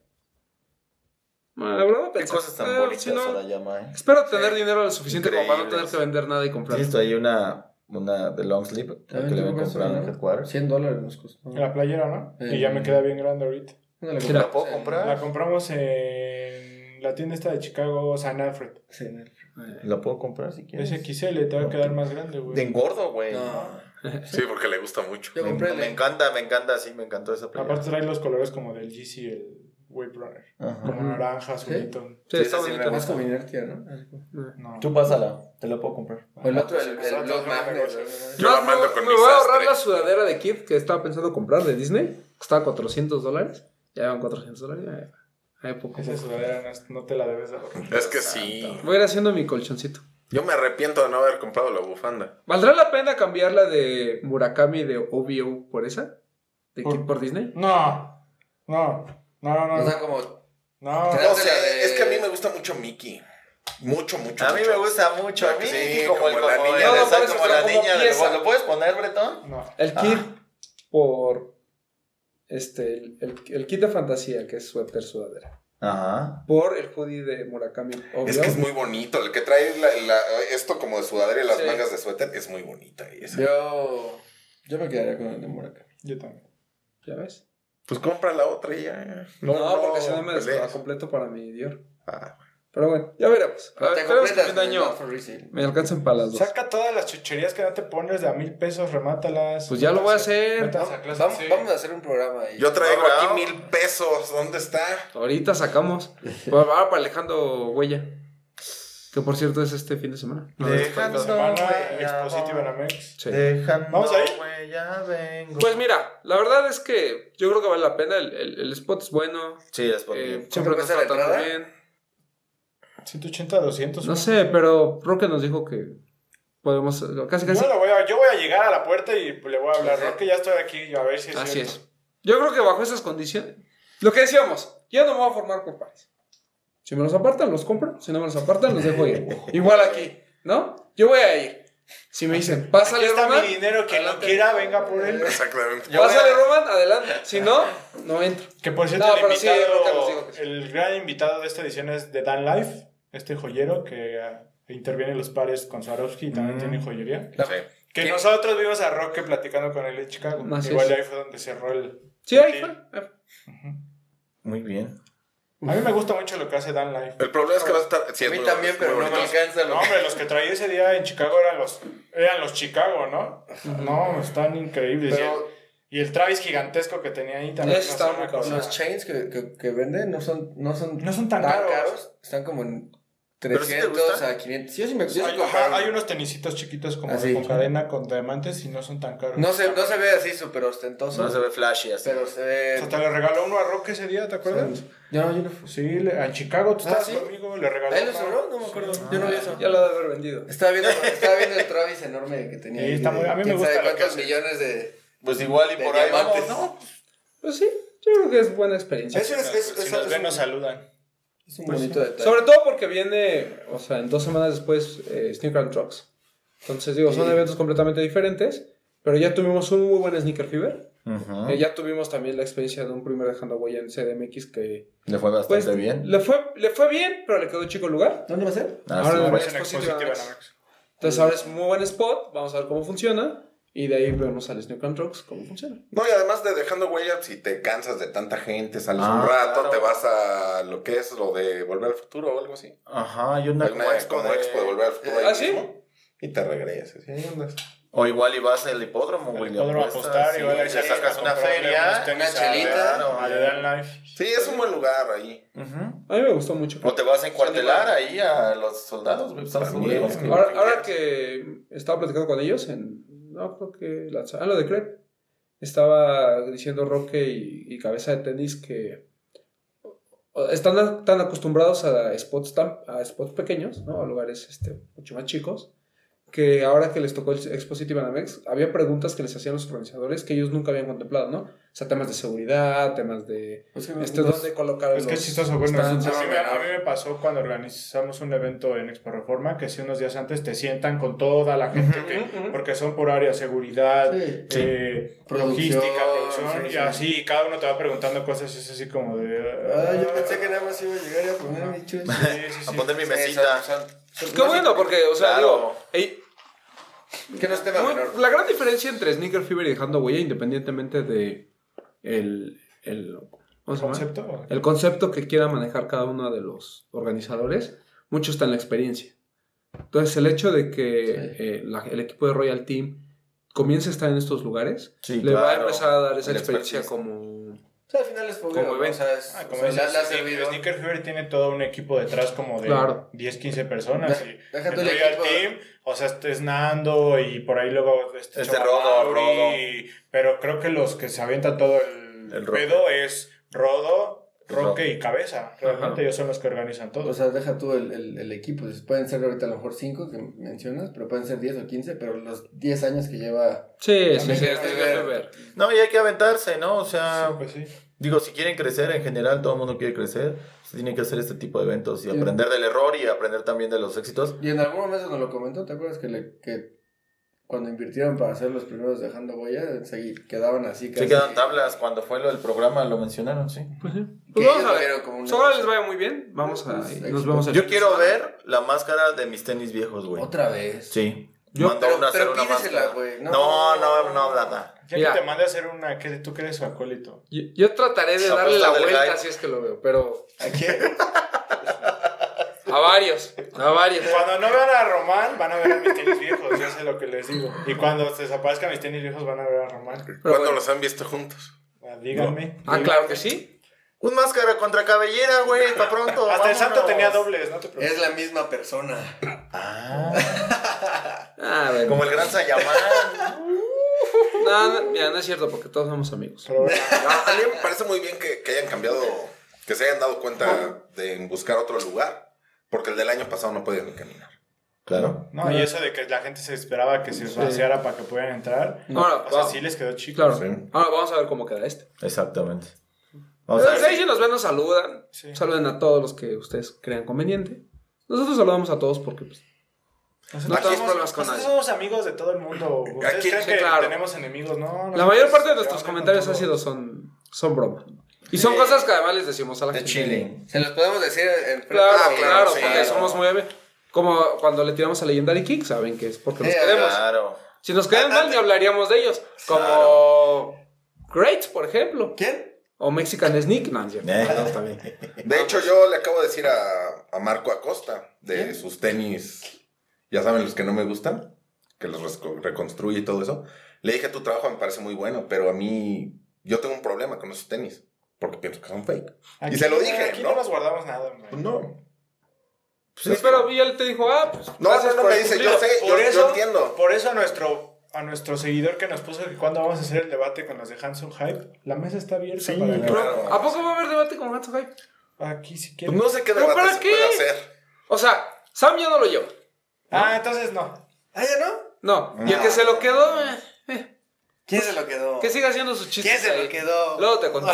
B: Bueno, la verdad, no
F: Qué
B: pensé.
F: cosas tan
B: Eh,
F: bonitas
B: si no-
F: Sorayama, eh.
B: Espero tener dinero lo suficiente como para no
F: Increíbles.
B: tener que vender nada y comprar.
F: Listo, hay una, una de long sleeve
C: Ah,
F: la que le voy a comprar en Headquarters.
C: 100 dólares nos costó.
D: En la playera, ¿no?
C: Eh.
D: Y ya me queda bien grande ahorita.
C: ¿Dónde la
B: Mira,
C: compramos?
F: ¿La puedo
C: En-
D: La
F: comprar?
D: compramos en la tienda esta de Chicago, San Alfred.
C: sí, en el-
F: ¿La puedo comprar si quieres?
D: Es XL, te va a quedar más grande,
F: De
D: güey.
F: engordo, güey.
C: No.
E: Sí, porque le gusta mucho.
C: Yo
F: Me,
C: compré el
F: me
C: de-
F: encanta, me encanta, sí, me encantó esa playera.
D: Aparte trae los colores como del GC, el Wave Runner.
F: Ajá.
D: Como naranja, azulito.
B: Sí,
F: Sí,
B: está
F: esa sí me
B: bonita.
C: Más como inertia, ¿no? Así como-
D: No.
F: Tú pásala, te la puedo comprar.
C: O el otro, el, el,
D: Nosotros
C: Blood
D: no
C: Magnet,
D: negociamos.
E: Yo la mando
B: me-
E: con
B: me
E: mi
B: voy a
E: sastre.
B: ahorrar la sudadera de Kid que estaba pensando comprar de Disney. Costaba 400 dólares. Ya van 400 dólares. ya- ya poco.
D: Esa sudadera no es- no te la debes dar.
E: Es que sí.
B: Voy a ir haciendo mi colchoncito.
E: Yo me arrepiento de no haber comprado la bufanda.
B: ¿Valdrá la pena cambiarla de Murakami de OVO por esa? ¿De
D: Por-
B: Kid por Disney?
D: No, no, no,
C: ¿no?
D: no,
C: O
D: no.
C: sea, como...
D: no.
E: No sé,
C: la de-
E: es que a mí me gusta mucho Mickey. Mucho, mucho.
F: A mí
E: mucho.
F: me gusta mucho, a mí,
E: Sí,
F: como, el-
E: como la
F: como
E: niña
F: el-
B: de-
F: exacto,
B: No, no,
F: como
B: pero
F: la
B: eso como
F: niña de-
B: pieza.
F: ¿Lo puedes poner, Bretón?
D: No.
B: El
E: Ah.
B: Kid por. Este, el, el, el kit de fantasía, que es suéter sudadera.
F: Ajá.
B: Por el hoodie de Murakami. OVO.
E: Es que es muy bonito. El que trae la- la- esto como de sudadera y las
B: Sí.
E: mangas de suéter es muy bonita. y esa.
C: Yo... Yo me quedaría con el de Murakami.
D: Yo también.
B: ¿Ya ves?
E: Pues compra la otra y ya.
B: No, porque si no me
E: pelees.
B: la completo para mi Dior.
E: Ah,
B: Pero bueno, ya veremos. A ver,
C: Ah, Te
B: esperemos que
C: completas
B: a fin
C: con
B: de
C: el
B: año
C: Not for Resale.
B: me alcancen para las dos.
D: Saca todas las chucherías que no te pones de a mil pesos, remátalas.
B: Pues ya lo voy a hacer.
D: Métanse a clase,
C: Vamos,
D: sí.
C: vamos a hacer un programa ahí.
E: yo traigo aquí
F: Bravo.
E: mil pesos. ¿Dónde está?
B: Ahorita sacamos. Ahora para Alejandro Huella. Que por cierto es este fin de semana. No,
F: De-
B: después,
D: Esta
B: no.
D: semana,
F: güey, ya
D: Expositivo
F: voy.
D: en Amex.
C: Eh,
B: Sí.
F: Dejando,
D: Vamos ahí.
F: güey, ya vengo.
B: Pues mira, la verdad es que yo creo que vale la pena. El, el- el spot es bueno.
F: sí, las pongo.
B: eh,
C: ¿Cuánto
B: siempre nos
C: cuesta la
B: tratan muy
C: entrada?
B: bien.
D: 180, 200.
B: No sé, pero Roque nos dijo que podemos. Casi, casi.
D: Yo, lo voy a, yo voy a llegar a la puerta y le voy a hablar. Roque, ya estoy aquí, a ver si es
B: Así
D: cierto.
B: es. Yo creo que bajo esas condiciones. Lo que decíamos, yo no me voy a formar por pares. Si me los apartan, los compro. Si no me los apartan, los dejo ir. Igual aquí, ¿no? Yo voy a ir. Si me dicen,
D: Aquí
B: pásale
D: está
B: Roman,
D: mi dinero, quien lo
B: adelante.
D: quiera, venga por él.
E: Exactamente.
F: Yo voy
B: pásale
F: a-
B: Roman, adelante. Si no, no entro.
D: Que por cierto,
B: No,
D: el,
B: pero sí,
D: invitado-
B: Roque nos dijo que sí.
D: el gran invitado de esta edición es de Dan Life, este joyero que ah, interviene en los pares con Swarovski y también
F: Mm.
D: tiene joyería.
E: Sí.
D: Que
C: ¿Qué?
D: nosotros vimos a Roque platicando con él en Chicago.
B: Así
D: Igual
B: es.
D: ahí fue donde cerró el.
B: Sí, ahí fue.
D: Ujú.
F: Muy bien.
D: A mí me gusta mucho lo que hace Dan Life.
E: El problema es que va a estar. sí,
C: A
E: es
C: mí
E: muy-
C: también,
E: muy
C: pero no me
E: bonito.
C: alcanza. lo
D: No,
C: que-
D: hombre, los que traía ese día en Chicago eran los, eran los Chicago, ¿no? No, están increíbles.
C: Pero
D: y, el, y el Travis gigantesco que tenía ahí también.
B: Ese
D: no
B: estaba
D: sé,
B: muy
D: una cosa-
C: los chains que, que, que venden no son, no son,
D: No son tan caros.
C: Están como en
E: ¿Pero sí te
C: 300
E: gusta?
C: a 500. Yo sí me yo sí
D: Hay,
C: compraba
D: ajá, hay
C: uno.
D: unos tenisitos chiquitos como
C: Así.
D: con cadena, con diamantes y no son tan caros.
C: No se, no se ve así súper ostentoso.
F: No se ve flashy así.
C: Pero se
D: O
C: ve.
D: sea, te le regaló uno a Roque ese día, ¿te acuerdas? Pues
C: Yo no, yo no fui.
D: Sí, le- en Chicago, tú
C: Ah,
D: estabas
C: ¿sí?
D: conmigo, le regaló.
C: ¿Él lo
D: uno.
C: sobró? No me acuerdo.
D: Sí.
C: Yo no vi eso.
B: Ya lo ha de haber vendido.
C: Estaba viendo, estaba viendo el Travis enorme que tenía.
D: Sí,
C: ahí
D: está
C: de
D: muy- a mí me
C: quién
D: gusta
C: sabe
D: lo que
C: cuántos
D: hace.
C: millones de.
F: Pues igual y
C: De
F: por ahí vamos,
C: diamantes.
F: ¿no?
B: Pues sí, yo creo que es buena experiencia.
C: Eso es,
D: Si
C: es,
D: nos-
C: es-
D: si nos
C: es
D: ven,
C: un-
D: nos saludan.
C: es un
D: Pues
C: bonito detalle.
B: Sobre todo porque viene, o sea, en dos semanas después, eh, Sneaker and Trucks. Entonces, digo, son
C: Sí.
B: eventos completamente diferentes. Pero ya tuvimos un muy buen Sneaker Fever.
F: Ujú.
B: Eh, ya tuvimos también la experiencia de un primer dejando huella en CDMX que
F: Le fue bastante
B: pues,
F: bien.
B: le, fue, le fue bien, pero le quedó chico el lugar.
C: ¿Dónde va a ser?
F: Ah,
B: ahora
F: sí.
B: le-
D: Pues
B: es
D: en
B: positiva,
D: expositiva,
B: Alex.
D: Alex.
B: Entonces ahora es muy buen spot, vamos a ver cómo funciona. Y de ahí vemos al Snook and Trucks cómo funciona.
E: No, y además de dejando huella, si te cansas de tanta gente, sales
F: Ah,
E: un rato,
F: claro.
E: te vas a lo que es lo de Volver al Futuro o algo así.
F: Ajá, hay una
E: Hay una expo,
F: de-
E: expo de Volver al Futuro. ahí
B: ¿Ah, sí?
E: mismo, Y te regresas. y ahí andas.
F: O igual y vas al hipódromo, güey. le
D: Podrán
F: apuestas,
D: apostar,
F: sí,
D: igual ahí
F: le
D: sales
F: sacas
D: a
F: una
D: comprarle
F: feria.
D: unos tenis
F: una
D: a-
F: chelita.
D: Claro, a Dead Life.
E: Sí, es un buen lugar ahí.
F: Ujú.
B: A mí me gustó mucho.
F: O te vas a encuartelar ahí a los soldados, güey. Estás
E: También.
F: los que-
B: Ahora, ahora que estaba platicando con ellos en. No, creo que. La, ah, lo de Crep. Estaba diciendo Roque y, y Cabeza de Tenis que. o- Están a- tan acostumbrados a spots, tan, a spots pequeños, ¿no? A lugares este, mucho más chicos. Que ahora que les tocó el Expositive Banamex, había preguntas que les hacían los organizadores que ellos nunca habían contemplado, ¿no? O sea, temas de seguridad, temas de.
C: Es Pues que me
B: Este,
C: gustas-
B: ¿Dónde colocar
D: Es que es
B: los
D: chistoso, bueno, a mí,
B: stands?
D: me, a mí me pasó cuando organizamos un evento en Expo Reforma que si unos días antes te sientan con toda la gente, que-
B: ujú.
D: porque son por área, seguridad,
C: Sí.
D: eh,
C: Producción,
D: logística, producción,
C: sí,
D: y
C: sí.
D: así, y cada uno te va preguntando cosas, y es así como de...
C: Ah, yo pensé que nada más iba a llegar y a poner mi chus.
D: Sí, sí, sí.
F: A poner mi mesita.
B: Qué bueno, porque, o sea,
F: Claro.
B: digo, ey,
C: Que no es tema
B: Muy-
C: menor.
B: la gran diferencia entre Sneaker Fever y Dejando Huella, independientemente de el, el, ¿cómo se llama?
D: ¿Concepto?
B: el concepto que quiera manejar cada uno de los organizadores, mucho está en la experiencia. Entonces, el hecho de que
C: Sí.
B: eh, la- el equipo de Royal Team comience a estar en estos lugares,
F: Sí,
B: le va a
F: claro.
B: empezar a dar esa
F: El
B: experiencia
F: expertise.
B: como...
C: O sea, al final es fogueo.
B: Como
C: ¿no? O sea, es-
D: Ah,
C: o
D: como
C: sea,
D: dices,
C: le ha
D: Sneaker-
C: servido.
D: Sneaker Fever tiene todo un equipo detrás como de
B: Claro.
D: 10, 15 personas.
C: Deja-
D: y
C: deja
D: el
C: tú el
D: Royal
C: equipo.
D: Team, o sea, este es Nando y por ahí luego este,
F: Este
D: Chava
F: Rodo,
D: Mauri,
F: Rodo.
D: y- pero creo que los que se avientan todo el,
F: El Roque.
D: pedo es Rodo, Roque
F: Roque.
D: y Cabeza. Realmente
B: Ajá.
D: ellos son los que organizan todo.
C: O sea, deja tú el, el, el equipo. Entonces, Pueden ser ahorita a lo mejor 5 que mencionas, pero pueden ser 10 o 15, pero los 10 años que lleva...
B: Sí, sí,
C: También
B: sí,
C: tiene que ver.
B: Sneaker Fever.
F: No, y hay que aventarse, ¿no? O sea,
D: Sí, pues sí.
F: digo, si quieren crecer en general, todo el mundo quiere crecer, se tiene que hacer este tipo de eventos y
C: Sí.
F: aprender del error y aprender también de los éxitos.
C: Y en algún momento nos lo comentó, ¿te acuerdas que, le, que cuando invirtieron para hacer los primeros dejando huella, se quedaban así
F: Sí quedan tablas, cuando fue lo del programa lo mencionaron, sí.
B: Pues sí.
C: Que
B: Pues vamos
C: ellos
B: a
C: lo
B: ver.
C: vieron como un
B: Ojalá
C: negocio.
B: les vaya muy bien. Vamos a...
C: Pues,
B: Nos vemos el
F: Yo
B: fin de
F: quiero
B: semana.
F: ver la máscara de mis tenis viejos, güey.
C: Otra vez.
F: Sí.
B: Yo-
F: Mandó
C: Pero-
F: uno a hacer
C: pero
F: una
C: pídesela,
F: máscara.
C: güey. No.
F: No, no, no, no, nada.
D: Ya
B: Mira.
D: que te mande a hacer una, que tú que eres su acólito.
B: Yo, yo trataré de
F: Apuesta
B: darle la
F: del
B: vuelta
F: hype.
B: si es que lo veo, pero
C: ¿A quién?
B: a varios, a varios.
D: Cuando no vean a Román, van a ver a mis tenis viejos, yo sé lo que les digo. Y cuando se desaparezcan mis tenis viejos, van a ver a Román.
E: ¿Cuándo
B: bueno.
E: los han visto juntos?
D: Ah, Díganme.
B: Ah, claro que sí.
F: Un máscara contra cabellera, güey, para pronto.
D: Hasta el
F: vámonos.
D: santo tenía dobles, no te preocupes.
C: es la misma persona.
F: Ah,
B: Ah, bueno.
F: como el gran Sayamán.
B: No, no, mira, no es cierto porque todos somos amigos.
D: Pero bueno,
E: No, a mí me parece muy bien que, que hayan cambiado, que se hayan dado cuenta de buscar otro lugar, porque el del año pasado no podían ni caminar.
F: Claro.
D: No, y eso de que la gente se esperaba que se esvaciara para que pudieran entrar.
B: Ahora,
D: O sea,
B: va-
D: sí les quedó chico.
B: claro.
E: Sí.
B: Ahora vamos a ver cómo queda este.
F: Exactamente. Vamos a
B: Entonces,
F: ver.
B: ahí si nos ven, nos saludan.
D: Sí.
B: Saluden a todos los que ustedes crean conveniente. Nosotros saludamos a todos porque pues,
D: Nosotros
B: no
E: Aquí
B: tenemos
D: somos-
B: problemas con
D: nosotros
B: nadie.
D: somos amigos de todo el mundo. Ustedes
E: Aquí-
D: creen
B: sí,
D: que
B: claro.
D: tenemos enemigos, no.
B: La
D: nosotros
B: mayor parte de
D: llevamos
B: nuestros
D: con
B: comentarios
D: todos.
B: ácidos son, son broma. Y son cosas que además les decimos a la
F: De
B: gente.
F: chile.
C: Se los podemos decir en frente.
B: Claro,
E: Ah,
B: claro,
E: claro, sí,
B: porque
E: claro.
B: somos muy... ame- Como cuando le tiramos a Legendary King, saben que es porque nos
C: Sí,
B: queremos.
F: Claro.
B: Si nos
E: Ah,
B: quedan mal, ni hablaríamos de ellos. Como Greats, por ejemplo.
C: ¿Quién?
B: O Mexican Sneak. No, es cierto.
F: Eh.
B: No, está bien.
E: De hecho, yo le acabo de decir a, a Marco Acosta de sus tenis, ya saben, los que no me gustan, que los resco- reconstruye y todo eso. Le dije, tu trabajo me parece muy bueno, pero a mí, yo tengo un problema con esos tenis, porque pienso que son fake.
D: Aquí-
E: Y se lo dije,
D: Aquí
E: ¿no?
D: no nos guardamos nada, hombre.
E: Pues no.
B: Pues Sí, pero y él te dijo, ah, pues.
E: No,
B: gracias
E: no, no
B: por
E: me
B: el
E: dice,
B: cumplido.
E: yo sé, yo,
D: Por
E: yo
D: eso-
E: entiendo.
D: Por eso a nuestro, a nuestro seguidor que nos puso que cuando vamos a hacer el debate con los de Hanson Hype, la mesa está abierta
E: Sí,
D: para que-
E: claro.
B: ¿A poco va a haber debate con Hanson Hype?
D: Aquí si
E: Pues
D: quieren.
E: no sé qué
B: ¿Pero
E: debate
B: para
E: se
B: qué?
E: puede hacer.
B: O sea, Sam ya no lo lleva.
D: Ah, entonces no.
C: ¿Ah, ya no?
B: No. Y el que se lo quedó, eh, eh,
C: ¿Quién se lo quedó?
B: que siga haciendo sus chistes.
C: ¿Quién se
B: ahí.
C: lo quedó?
B: Luego te conté.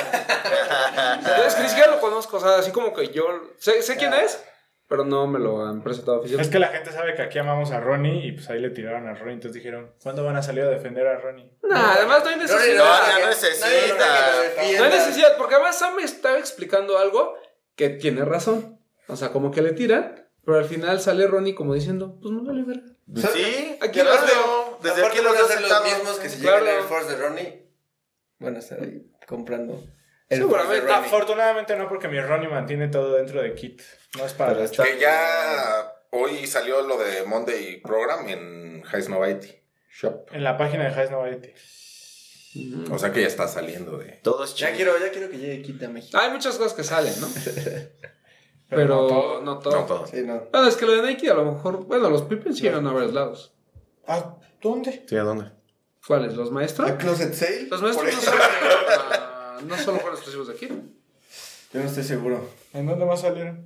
B: Entonces, Chris ya lo conozco, o sea, así como que yo sé, sé quién es, pero no me lo han presentado
D: Es
B: oficialmente.
D: que la gente sabe que aquí amamos a Ronnie y pues ahí le tiraron a Ronnie. Entonces dijeron, ¿cuándo van a salir a defender a Ronnie?
B: No, además no hay
C: No,
B: necesidad.
F: no,
C: nadie-
F: no necesita.
C: nadie lo defienda.
B: No hay necesidad, porque además Sam me estaba explicando algo que tiene razón. O sea, como que le tiran, Pero al final sale Ronnie como diciendo, pues me vale verga.
F: Sí,
B: Aquí
F: aquí los
B: lo
F: veo. Desde aquí los
C: van a
F: veo
C: ser los
F: sentados.
C: mismos que si
B: Claro.
C: llegan el Force de Ronnie. Van a estar ahí comprando. el
B: Seguramente,
C: Force de Ronnie.
D: Afortunadamente no, porque mi Ronnie mantiene todo dentro de Kit. No es para
F: Pero
D: la
F: está-
E: Que ya hoy salió lo de Monday Program en High Snobiety Shop.
D: En la página de Highs Novarity.
E: O sea que ya está saliendo de.
F: Todo es
C: Ya
F: chido.
C: quiero, ya quiero que llegue Kit a México.
B: Hay muchas cosas que salen, ¿no?
D: no
B: Pero
D: todo.
B: no todo.
E: No, todo.
C: Sí, no.
B: Bueno, es que lo de Nike a lo mejor, bueno, los people sí eran a varios lados. Ah,
D: ¿A dónde?
E: Sí, ¿a dónde?
B: ¿Cuáles? ¿Los maestros?
C: ¿La Closet Sale?
B: Los maestros no
C: Por
B: solo,
C: ejemplo.
B: ah, no solo fueron exclusivos de aquí.
C: Yo no estoy seguro.
D: ¿En dónde va a salir?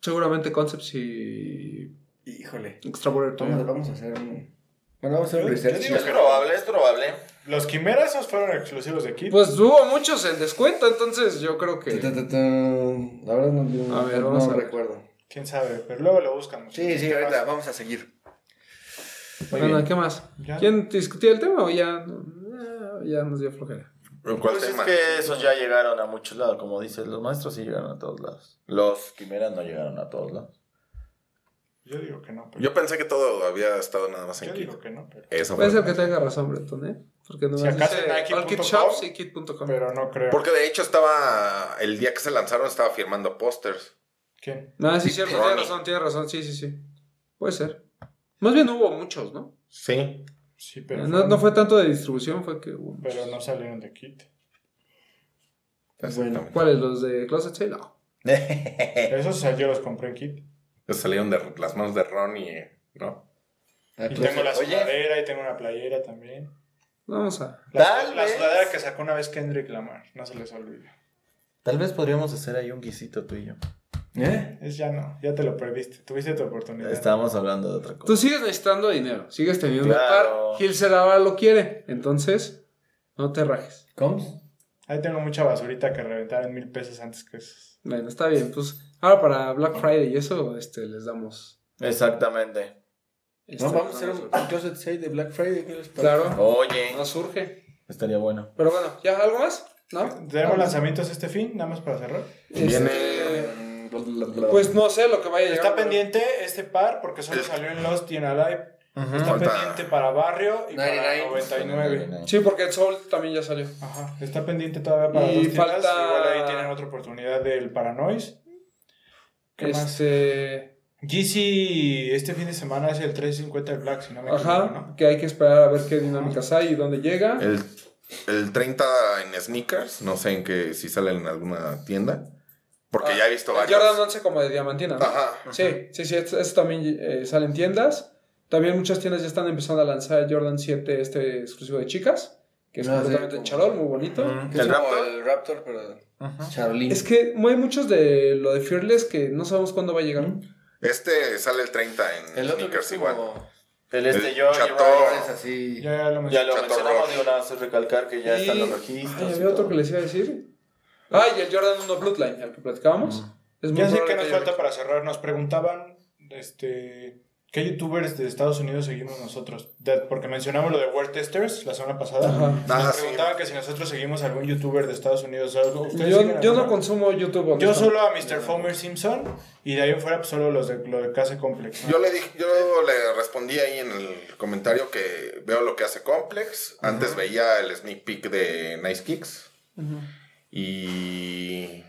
B: Seguramente Concepts y
C: Híjole.
B: Extra Border
C: Vamos,
B: también.
C: vamos a hacer un. Bueno, vamos a hacer un
D: Yo
C: research.
D: digo
F: Es probable, es probable.
D: Los quimeras esos fueron exclusivos de Kit.
B: Pues hubo muchos en descuento, entonces yo creo
C: Ta, ta,
B: que.
C: ta, ta. La verdad no, no,
B: A ver,
C: no
B: vamos a ver.
C: recuerdo.
D: Quién sabe, pero luego lo buscamos.
C: Sí, sí, ahorita vamos a seguir. Muy
B: Bueno,
C: bien.
B: ¿qué más?
D: Ya.
B: ¿Quién discutía el tema o ya, no? ya nos dio flojera?
E: ¿Cuál
F: Pues es
E: tema?
F: que esos ya llegaron a muchos lados, como dices, los maestros sí llegaron a todos lados. Los quimeras no llegaron a todos lados.
D: Yo digo que no, pero.
E: Yo pensé que todo había estado nada más
D: Yo
E: en Kit.
D: digo que no, pero.
E: Eso fue
B: Puede
E: lo
B: ser
E: que
B: que tenga razón, Breton, ¿eh? Porque no
D: Si
B: me
D: acaso
B: dice
D: en Nike.com,
B: all kit shops y kit.com.
D: Pero no creo.
E: Porque de hecho estaba. El día que se lanzaron estaba firmando pósters.
D: ¿Quién?
B: No, sí, es cierto, tiene
E: Ronnie.
B: razón, tiene razón, sí, sí, sí. Puede ser. Más bien hubo muchos, ¿no?
E: Sí.
D: Sí, pero.
B: No, no fue tanto de distribución, fue que hubo
D: Pero
B: muchos.
D: no salieron de Kit.
E: Exactamente.
B: ¿Cuáles? ¿Los de Closet Sale? No.
D: Esos o sea, yo los compré en Kit.
E: Esos Salieron de las manos de Ronnie, ¿no?
C: Ah,
D: Y
C: pues,
D: tengo la
F: oye.
D: sudadera y tengo una playera también.
B: Vamos a.
D: La,
F: Tal
D: la
F: vez.
D: sudadera que sacó una vez Kendrick Lamar. No se les olvide.
F: Tal vez podríamos hacer ahí un guisito tú y yo.
C: ¿Eh?
D: Es ya no, ya te lo perdiste. Tuviste tu oportunidad.
F: Estábamos hablando de otra cosa.
B: Tú sigues necesitando dinero, sigues teniendo un
F: Claro.
B: par. Hilser ahora lo quiere, entonces no te rajes.
C: ¿Coms?
D: Ahí tengo mucha basurita que reventar en mil pesos antes que esos.
B: Bueno, está bien, pues ahora para Black Friday y eso este, les damos.
F: Exactamente.
C: No,
B: extra.
C: vamos a hacer un closet sale de Black Friday. ¿qué les parece?
B: Claro,
F: Oye,
B: no surge.
F: estaría bueno.
B: Pero bueno, ¿ya algo más? ¿No? Ah,
D: Tenemos lanzamientos este fin, nada más para cerrar.
B: Este,
C: Mm, bla, bla, bla, bla.
B: pues no sé lo que vaya a llegar.
D: Está pendiente este par porque solo salió en Lost y en Alive. Está
E: Falta-
D: pendiente para Barrio y para
C: 99.
F: pues,
D: 99.
B: Sí, porque el Soul también ya salió.
D: Ajá, está pendiente todavía para
B: Y
D: dos tiendas.
B: falta-
D: Igual ahí tienen otra oportunidad del Paranoise. ¿Qué más?
B: Este,
D: GC este fin de semana es el 350 del Black, si no me equivoco,
B: ajá,
D: ¿no?
B: que hay que esperar a ver qué dinámicas hay y dónde llega.
E: El, el 30 en sneakers. No sé en qué. Si sale en alguna tienda. Porque
B: Ah,
E: ya he visto
B: El
E: varios.
B: Jordan 11 como de diamantina. ¿no?
E: Ajá.
B: Sí, sí, sí, esto, esto también eh, sale en tiendas. También muchas tiendas ya están empezando a lanzar el Jordan 7, este exclusivo de chicas, que es
C: Ah, sí,
B: completamente
C: como-
B: en charol, muy bonito.
F: Ujú.
C: Que es
E: ¿El
C: como
E: Raptor?
C: el Raptor, pero Charolín.
B: Es que hay muchos de lo de Fearless que no sabemos cuándo va a llegar.
E: Este sale el 30 en
C: el otro que
E: sneakers
C: es
E: igual.
C: como...
F: El este
E: El
F: yo
E: Chato.
F: lleva-
C: Es así...
D: Ya, ya lo mencioné.
F: Ya lo
E: Chato
F: mencionamos,
E: Rock.
F: digo, nada más es recalcar que ya
B: Y-
F: están los
B: Eh, Ay,
F: registros. y
B: había otro
F: todo.
B: que les iba a decir. Ah, y el Jordan 1 Bloodline, al que platicábamos. Es muy
D: Ya sé
B: probable
D: que nos
B: haya-
D: falta para cerrar. Nos preguntaban este, qué youtubers de Estados Unidos seguimos nosotros. De- porque mencionamos lo de Word Testers la semana pasada.
B: Ajá.
E: Ah,
D: Nos
E: sí.
D: preguntaban que si nosotros seguimos algún youtuber de Estados Unidos. ¿Ustedes siguen
B: Yo,
D: a
B: yo no
D: alguno?
B: consumo YouTube.
D: Yo
B: honestamente.
D: solo a Mr. Fomer Simpson y de ahí en fuera pues, solo los de, lo de Case Complex. ¿no?
E: Yo le, dije, yo le respondí ahí en el comentario que veo lo que hace Complex. Antes veía el sneak peek de Nice Kicks. Y.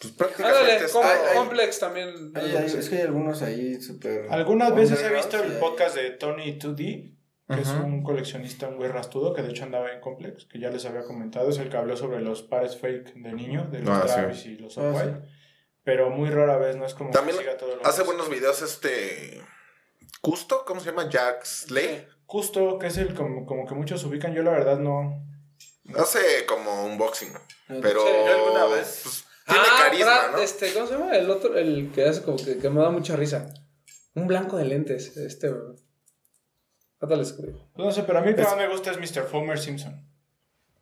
E: Pues prácticamente.
B: Ándale,
E: es-
B: Com-
E: Ay, ay,
B: Complex también.
C: Hay- hay- es que hay algunos ahí súper...
D: Algunas veces he
C: underground,
D: visto el
C: sí,
D: podcast de Tony 2D, que es
F: Ujú.
D: un coleccionista, un güey rastudo, que de hecho andaba en Complex, que ya les había comentado, es el que habló sobre los pares fake de niño, de los
E: Ah, sí.
D: Travis y los
C: Ah,
D: Off-White.
C: sí.
D: Pero muy rara vez, no es como
E: También
D: que siga todo lo
E: hace
D: que-
E: buenos videos este. Custo, ¿cómo se llama? Jack Slay.
D: Justo, que es el como, como que muchos ubican, yo la verdad no.
E: Hace como unboxing.
C: hay.
E: Pero.
B: Sí,
F: yo alguna vez-
E: pues, tiene
B: Ah,
E: carisma,
B: Brad,
E: ¿no?
B: Este, ¿Cómo se llama? El otro, el que hace como que, que me da mucha risa. Un blanco de lentes. Este, bro. Ahorita les escribo.
D: Pues no sé, pero a mí el que más me gusta es Mr. Fomer Simpson.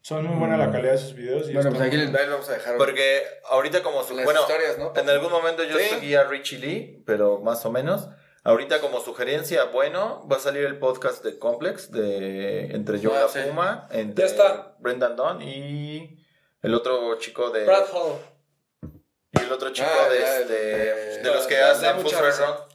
D: Son muy buena
E: Mm.
D: la calidad de sus videos. Y
C: Bueno,
D: está-
C: pues aquí les ahí les vamos a dejar
F: Porque ahorita como su...
C: las
F: bueno,
C: historias, ¿no?
F: en algún momento yo
E: Sí.
F: seguía a Richie Lee, pero más o menos. Ahorita como sugerencia, bueno, va a salir el podcast de Complex, de entre yo
C: Ah,
F: la
C: sí.
F: Puma, entre
B: Ya está.
F: Brendan Don y el otro chico de...
B: Brad Hall.
F: Y el otro chico
C: Ah,
F: de,
C: ya, el
F: este,
C: de-
F: de los que
B: Da- da
F: hacen
B: mucha
F: Full Throttle
B: risa.
F: Rock.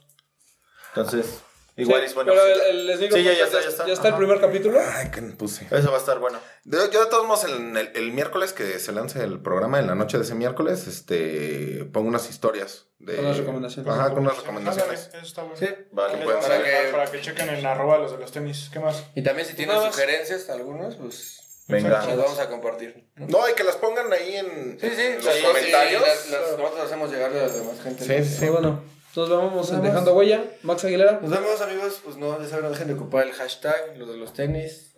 F: Entonces, igual
G: Sí,
F: es bueno.
G: Pero el- el- les digo,
F: Sí, ya-
G: pues,
F: ya está, ya está.
G: el
F: Ajá.
G: primer capítulo.
E: Ay, que puse.
F: Eso va a estar bueno.
E: Yo, yo de todos modos, el, el- el miércoles que se lance el programa, en la noche de ese miércoles, este, pongo unas historias. De,
B: Con las recomendaciones.
E: Ajá, con unas
D: Ándale,
E: recomendaciones.
D: Eso está bueno.
C: Sí.
F: Vale,
D: Les
E: pueden
D: vamos a
C: ser.
D: dejar Para que chequen en arroba los de los tenis. ¿Qué más?
C: Y también si tienen
D: Nada más.
C: sugerencias, algunos, pues
F: Venga.
C: las vamos a compartir. ¿no?
E: No, y que las pongan ahí en,
C: Sí, sí,
E: en los
C: las-
E: comentarios.
C: las- las- nosotros hacemos llegar a las demás gente.
E: Sí, sí,
B: Sí, bueno. Entonces vamos
C: Nada
B: en
C: más.
B: dejando huella. Max Aguilera.
C: Nos vemos amigos, pues no, ya saben, no dejen de ocupar el hashtag, lo de los tenis,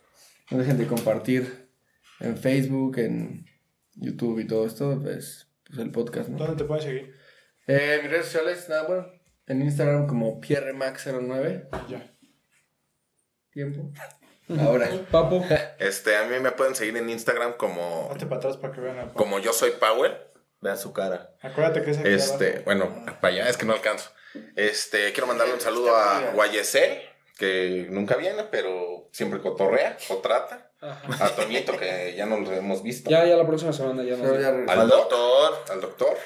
C: no dejen de compartir en Facebook, en YouTube y todo esto, pues, pues el podcast, ¿no?
D: ¿Dónde te pueden seguir?
C: Eh, mis redes sociales, nada, bueno, en Instagram como pierremax09,
D: Ya.
C: tiempo, ahora.
B: Papo.
E: Este, a mí me pueden seguir en Instagram como,
D: Date para atrás para que vean. al-
E: como yo soy Powell.
F: Vean su cara.
D: Acuérdate que es aquí
E: Este,
D: abajo.
E: bueno, para allá es que no alcanzo. Este, quiero mandarle un saludo a Guayesel, que nunca viene, pero siempre cotorrea o trata.
B: Ajá.
E: A Toñito, que ya no lo hemos visto.
B: Ya, ya la próxima semana ya
C: Pero
B: nos
C: ya regresamos.
E: Al
F: Al
E: doctor.
F: doctor.
E: Al doctor.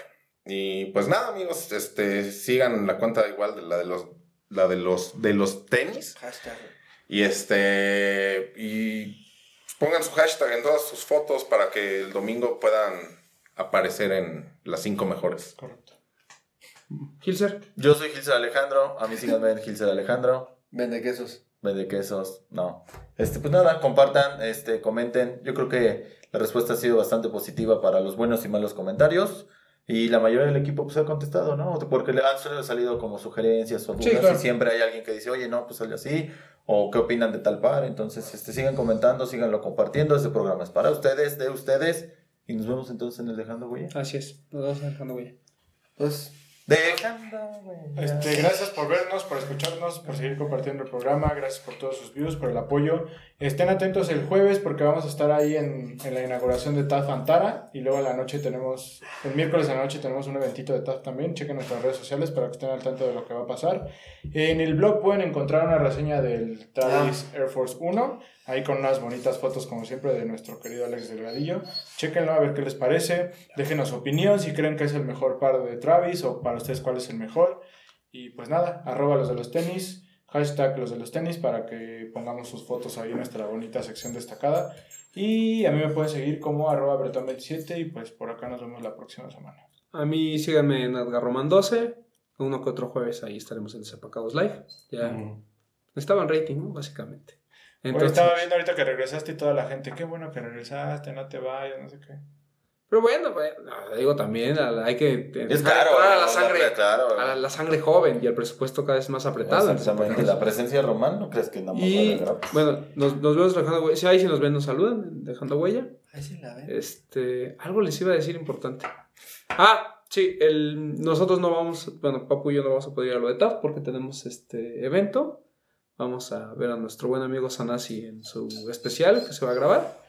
E: Y pues nada, amigos, este, sigan la cuenta igual de la de los la de los de los tenis
C: Hashtag.
E: y este y pongan su hashtag en todas sus fotos para que el domingo puedan aparecer en las cinco mejores.
D: Correcto.
B: Hilser.
F: Yo soy Gilser Alejandro. A mí síganme en Gilser Alejandro.
C: Vende quesos.
F: Vende quesos. No. Este, pues nada, compartan, este, comenten. Yo creo que la respuesta ha sido bastante positiva para los buenos y malos comentarios. Y la mayoría del equipo pues ha contestado, ¿no? Porque le han salido como sugerencias o dudas.
B: Sí, claro.
F: Y siempre hay alguien que dice, oye, no, pues salió así. O qué opinan de tal par. Entonces, este, sigan comentando, síganlo compartiendo. Este programa es para ustedes, de ustedes. Y nos vemos entonces en el Dejando Huella.
B: Así es. Nos vamos en dejando huella.
C: Pues,
F: Dejando Huella.
D: Este, gracias por vernos, por escucharnos, por seguir compartiendo el programa. Gracias por todos sus views, por el apoyo. Estén atentos el jueves porque vamos a estar ahí en, en la inauguración de TAF Antara. Y luego en la noche tenemos, el miércoles en la noche tenemos un eventito de TAF también. Chequen nuestras redes sociales para que estén al tanto de lo que va a pasar. En el blog pueden encontrar una reseña del Travis Air Force 1. Ahí con unas bonitas fotos, como siempre, de nuestro querido Alex Delgadillo. Chequenlo a ver qué les parece. Déjenos su opinión si creen que es el mejor par de Travis o para ustedes cuál es el mejor. Y pues nada, arroba los de los tenis, hashtag los de los tenis para que pongamos sus fotos ahí en nuestra bonita sección destacada. Y a mí me pueden seguir como arroba bretón27 y pues por acá nos vemos la próxima semana.
B: A mí síganme en Adgarroman 12. Uno que otro jueves ahí estaremos en Desapacados Live. Ya. Estaba en rating, ¿no? Básicamente.
D: Entonces,
B: Entonces,
D: estaba viendo ahorita que regresaste y toda la gente, qué bueno que regresaste, no te vayas, no sé qué.
B: pero bueno, pues, no, digo también, a la- hay que dejar
F: Es caro.
B: entrar a la
F: ¿no?
B: sangre,
F: Claro.
B: a la, la sangre joven y al presupuesto cada vez más apretado. pues,
F: Exactamente, la presencia de Román, ¿no crees que nada más
B: Y
F: va a lograr?
B: bueno, nos, nos vemos dejando huella. Si ahí si nos ven, nos saludan, dejando huella.
C: ahí sí la ven.
B: Este, algo les iba a decir importante. Ah, sí, el, nosotros no vamos, bueno, Papu y yo no vamos a poder ir a lo de TAF porque tenemos este evento. Vamos a ver a nuestro buen amigo Sanasi en su especial que se va a grabar.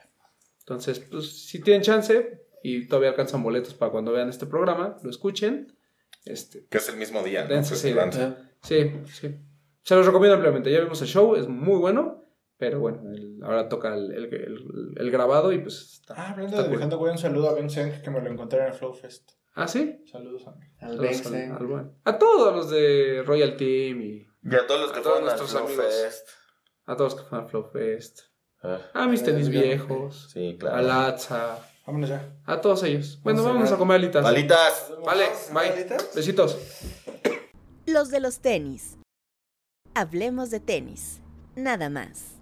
B: Entonces, pues si tienen chance y todavía alcanzan boletos para cuando vean este programa, lo escuchen. Este,
E: Que es el mismo día. ¿no?
B: Dense, sí.
E: Lance.
B: sí, sí. Se los recomiendo ampliamente. Ya vimos el show, es muy bueno. Pero bueno, el- ahora toca el, el- el- el grabado y pues está.
D: Ah, hablando
B: Está
D: de
B: cool.
D: dejando güey, un saludo a Ben Seng que me lo encontré en el Flow Fest.
B: ¿Ah, sí?
D: Saludos a mí.
C: Al
B: Saludos al-
C: Benzen.
B: al buen- A todos los de Royal Team y
F: Y a todos los
B: a
F: que
B: todos
F: fueron a
B: nuestros
F: Flow
B: amigos.
F: Fest.
B: a todos los que fueron a Flow Fest,
F: Ah,
B: a mis
C: Ah,
B: tenis
C: ya,
B: viejos,
F: sí,
B: a
F: claro.
B: Latza,
D: Vámonos ya.
B: a todos ellos. Bueno,
C: Vamos a
B: vamos a
C: cenar.
B: comer alitas.
F: Palitas.
B: Vale, bye.
C: ¿Ahorita?
B: Besitos.
A: Los de los tenis. Hablemos de tenis. Nada más.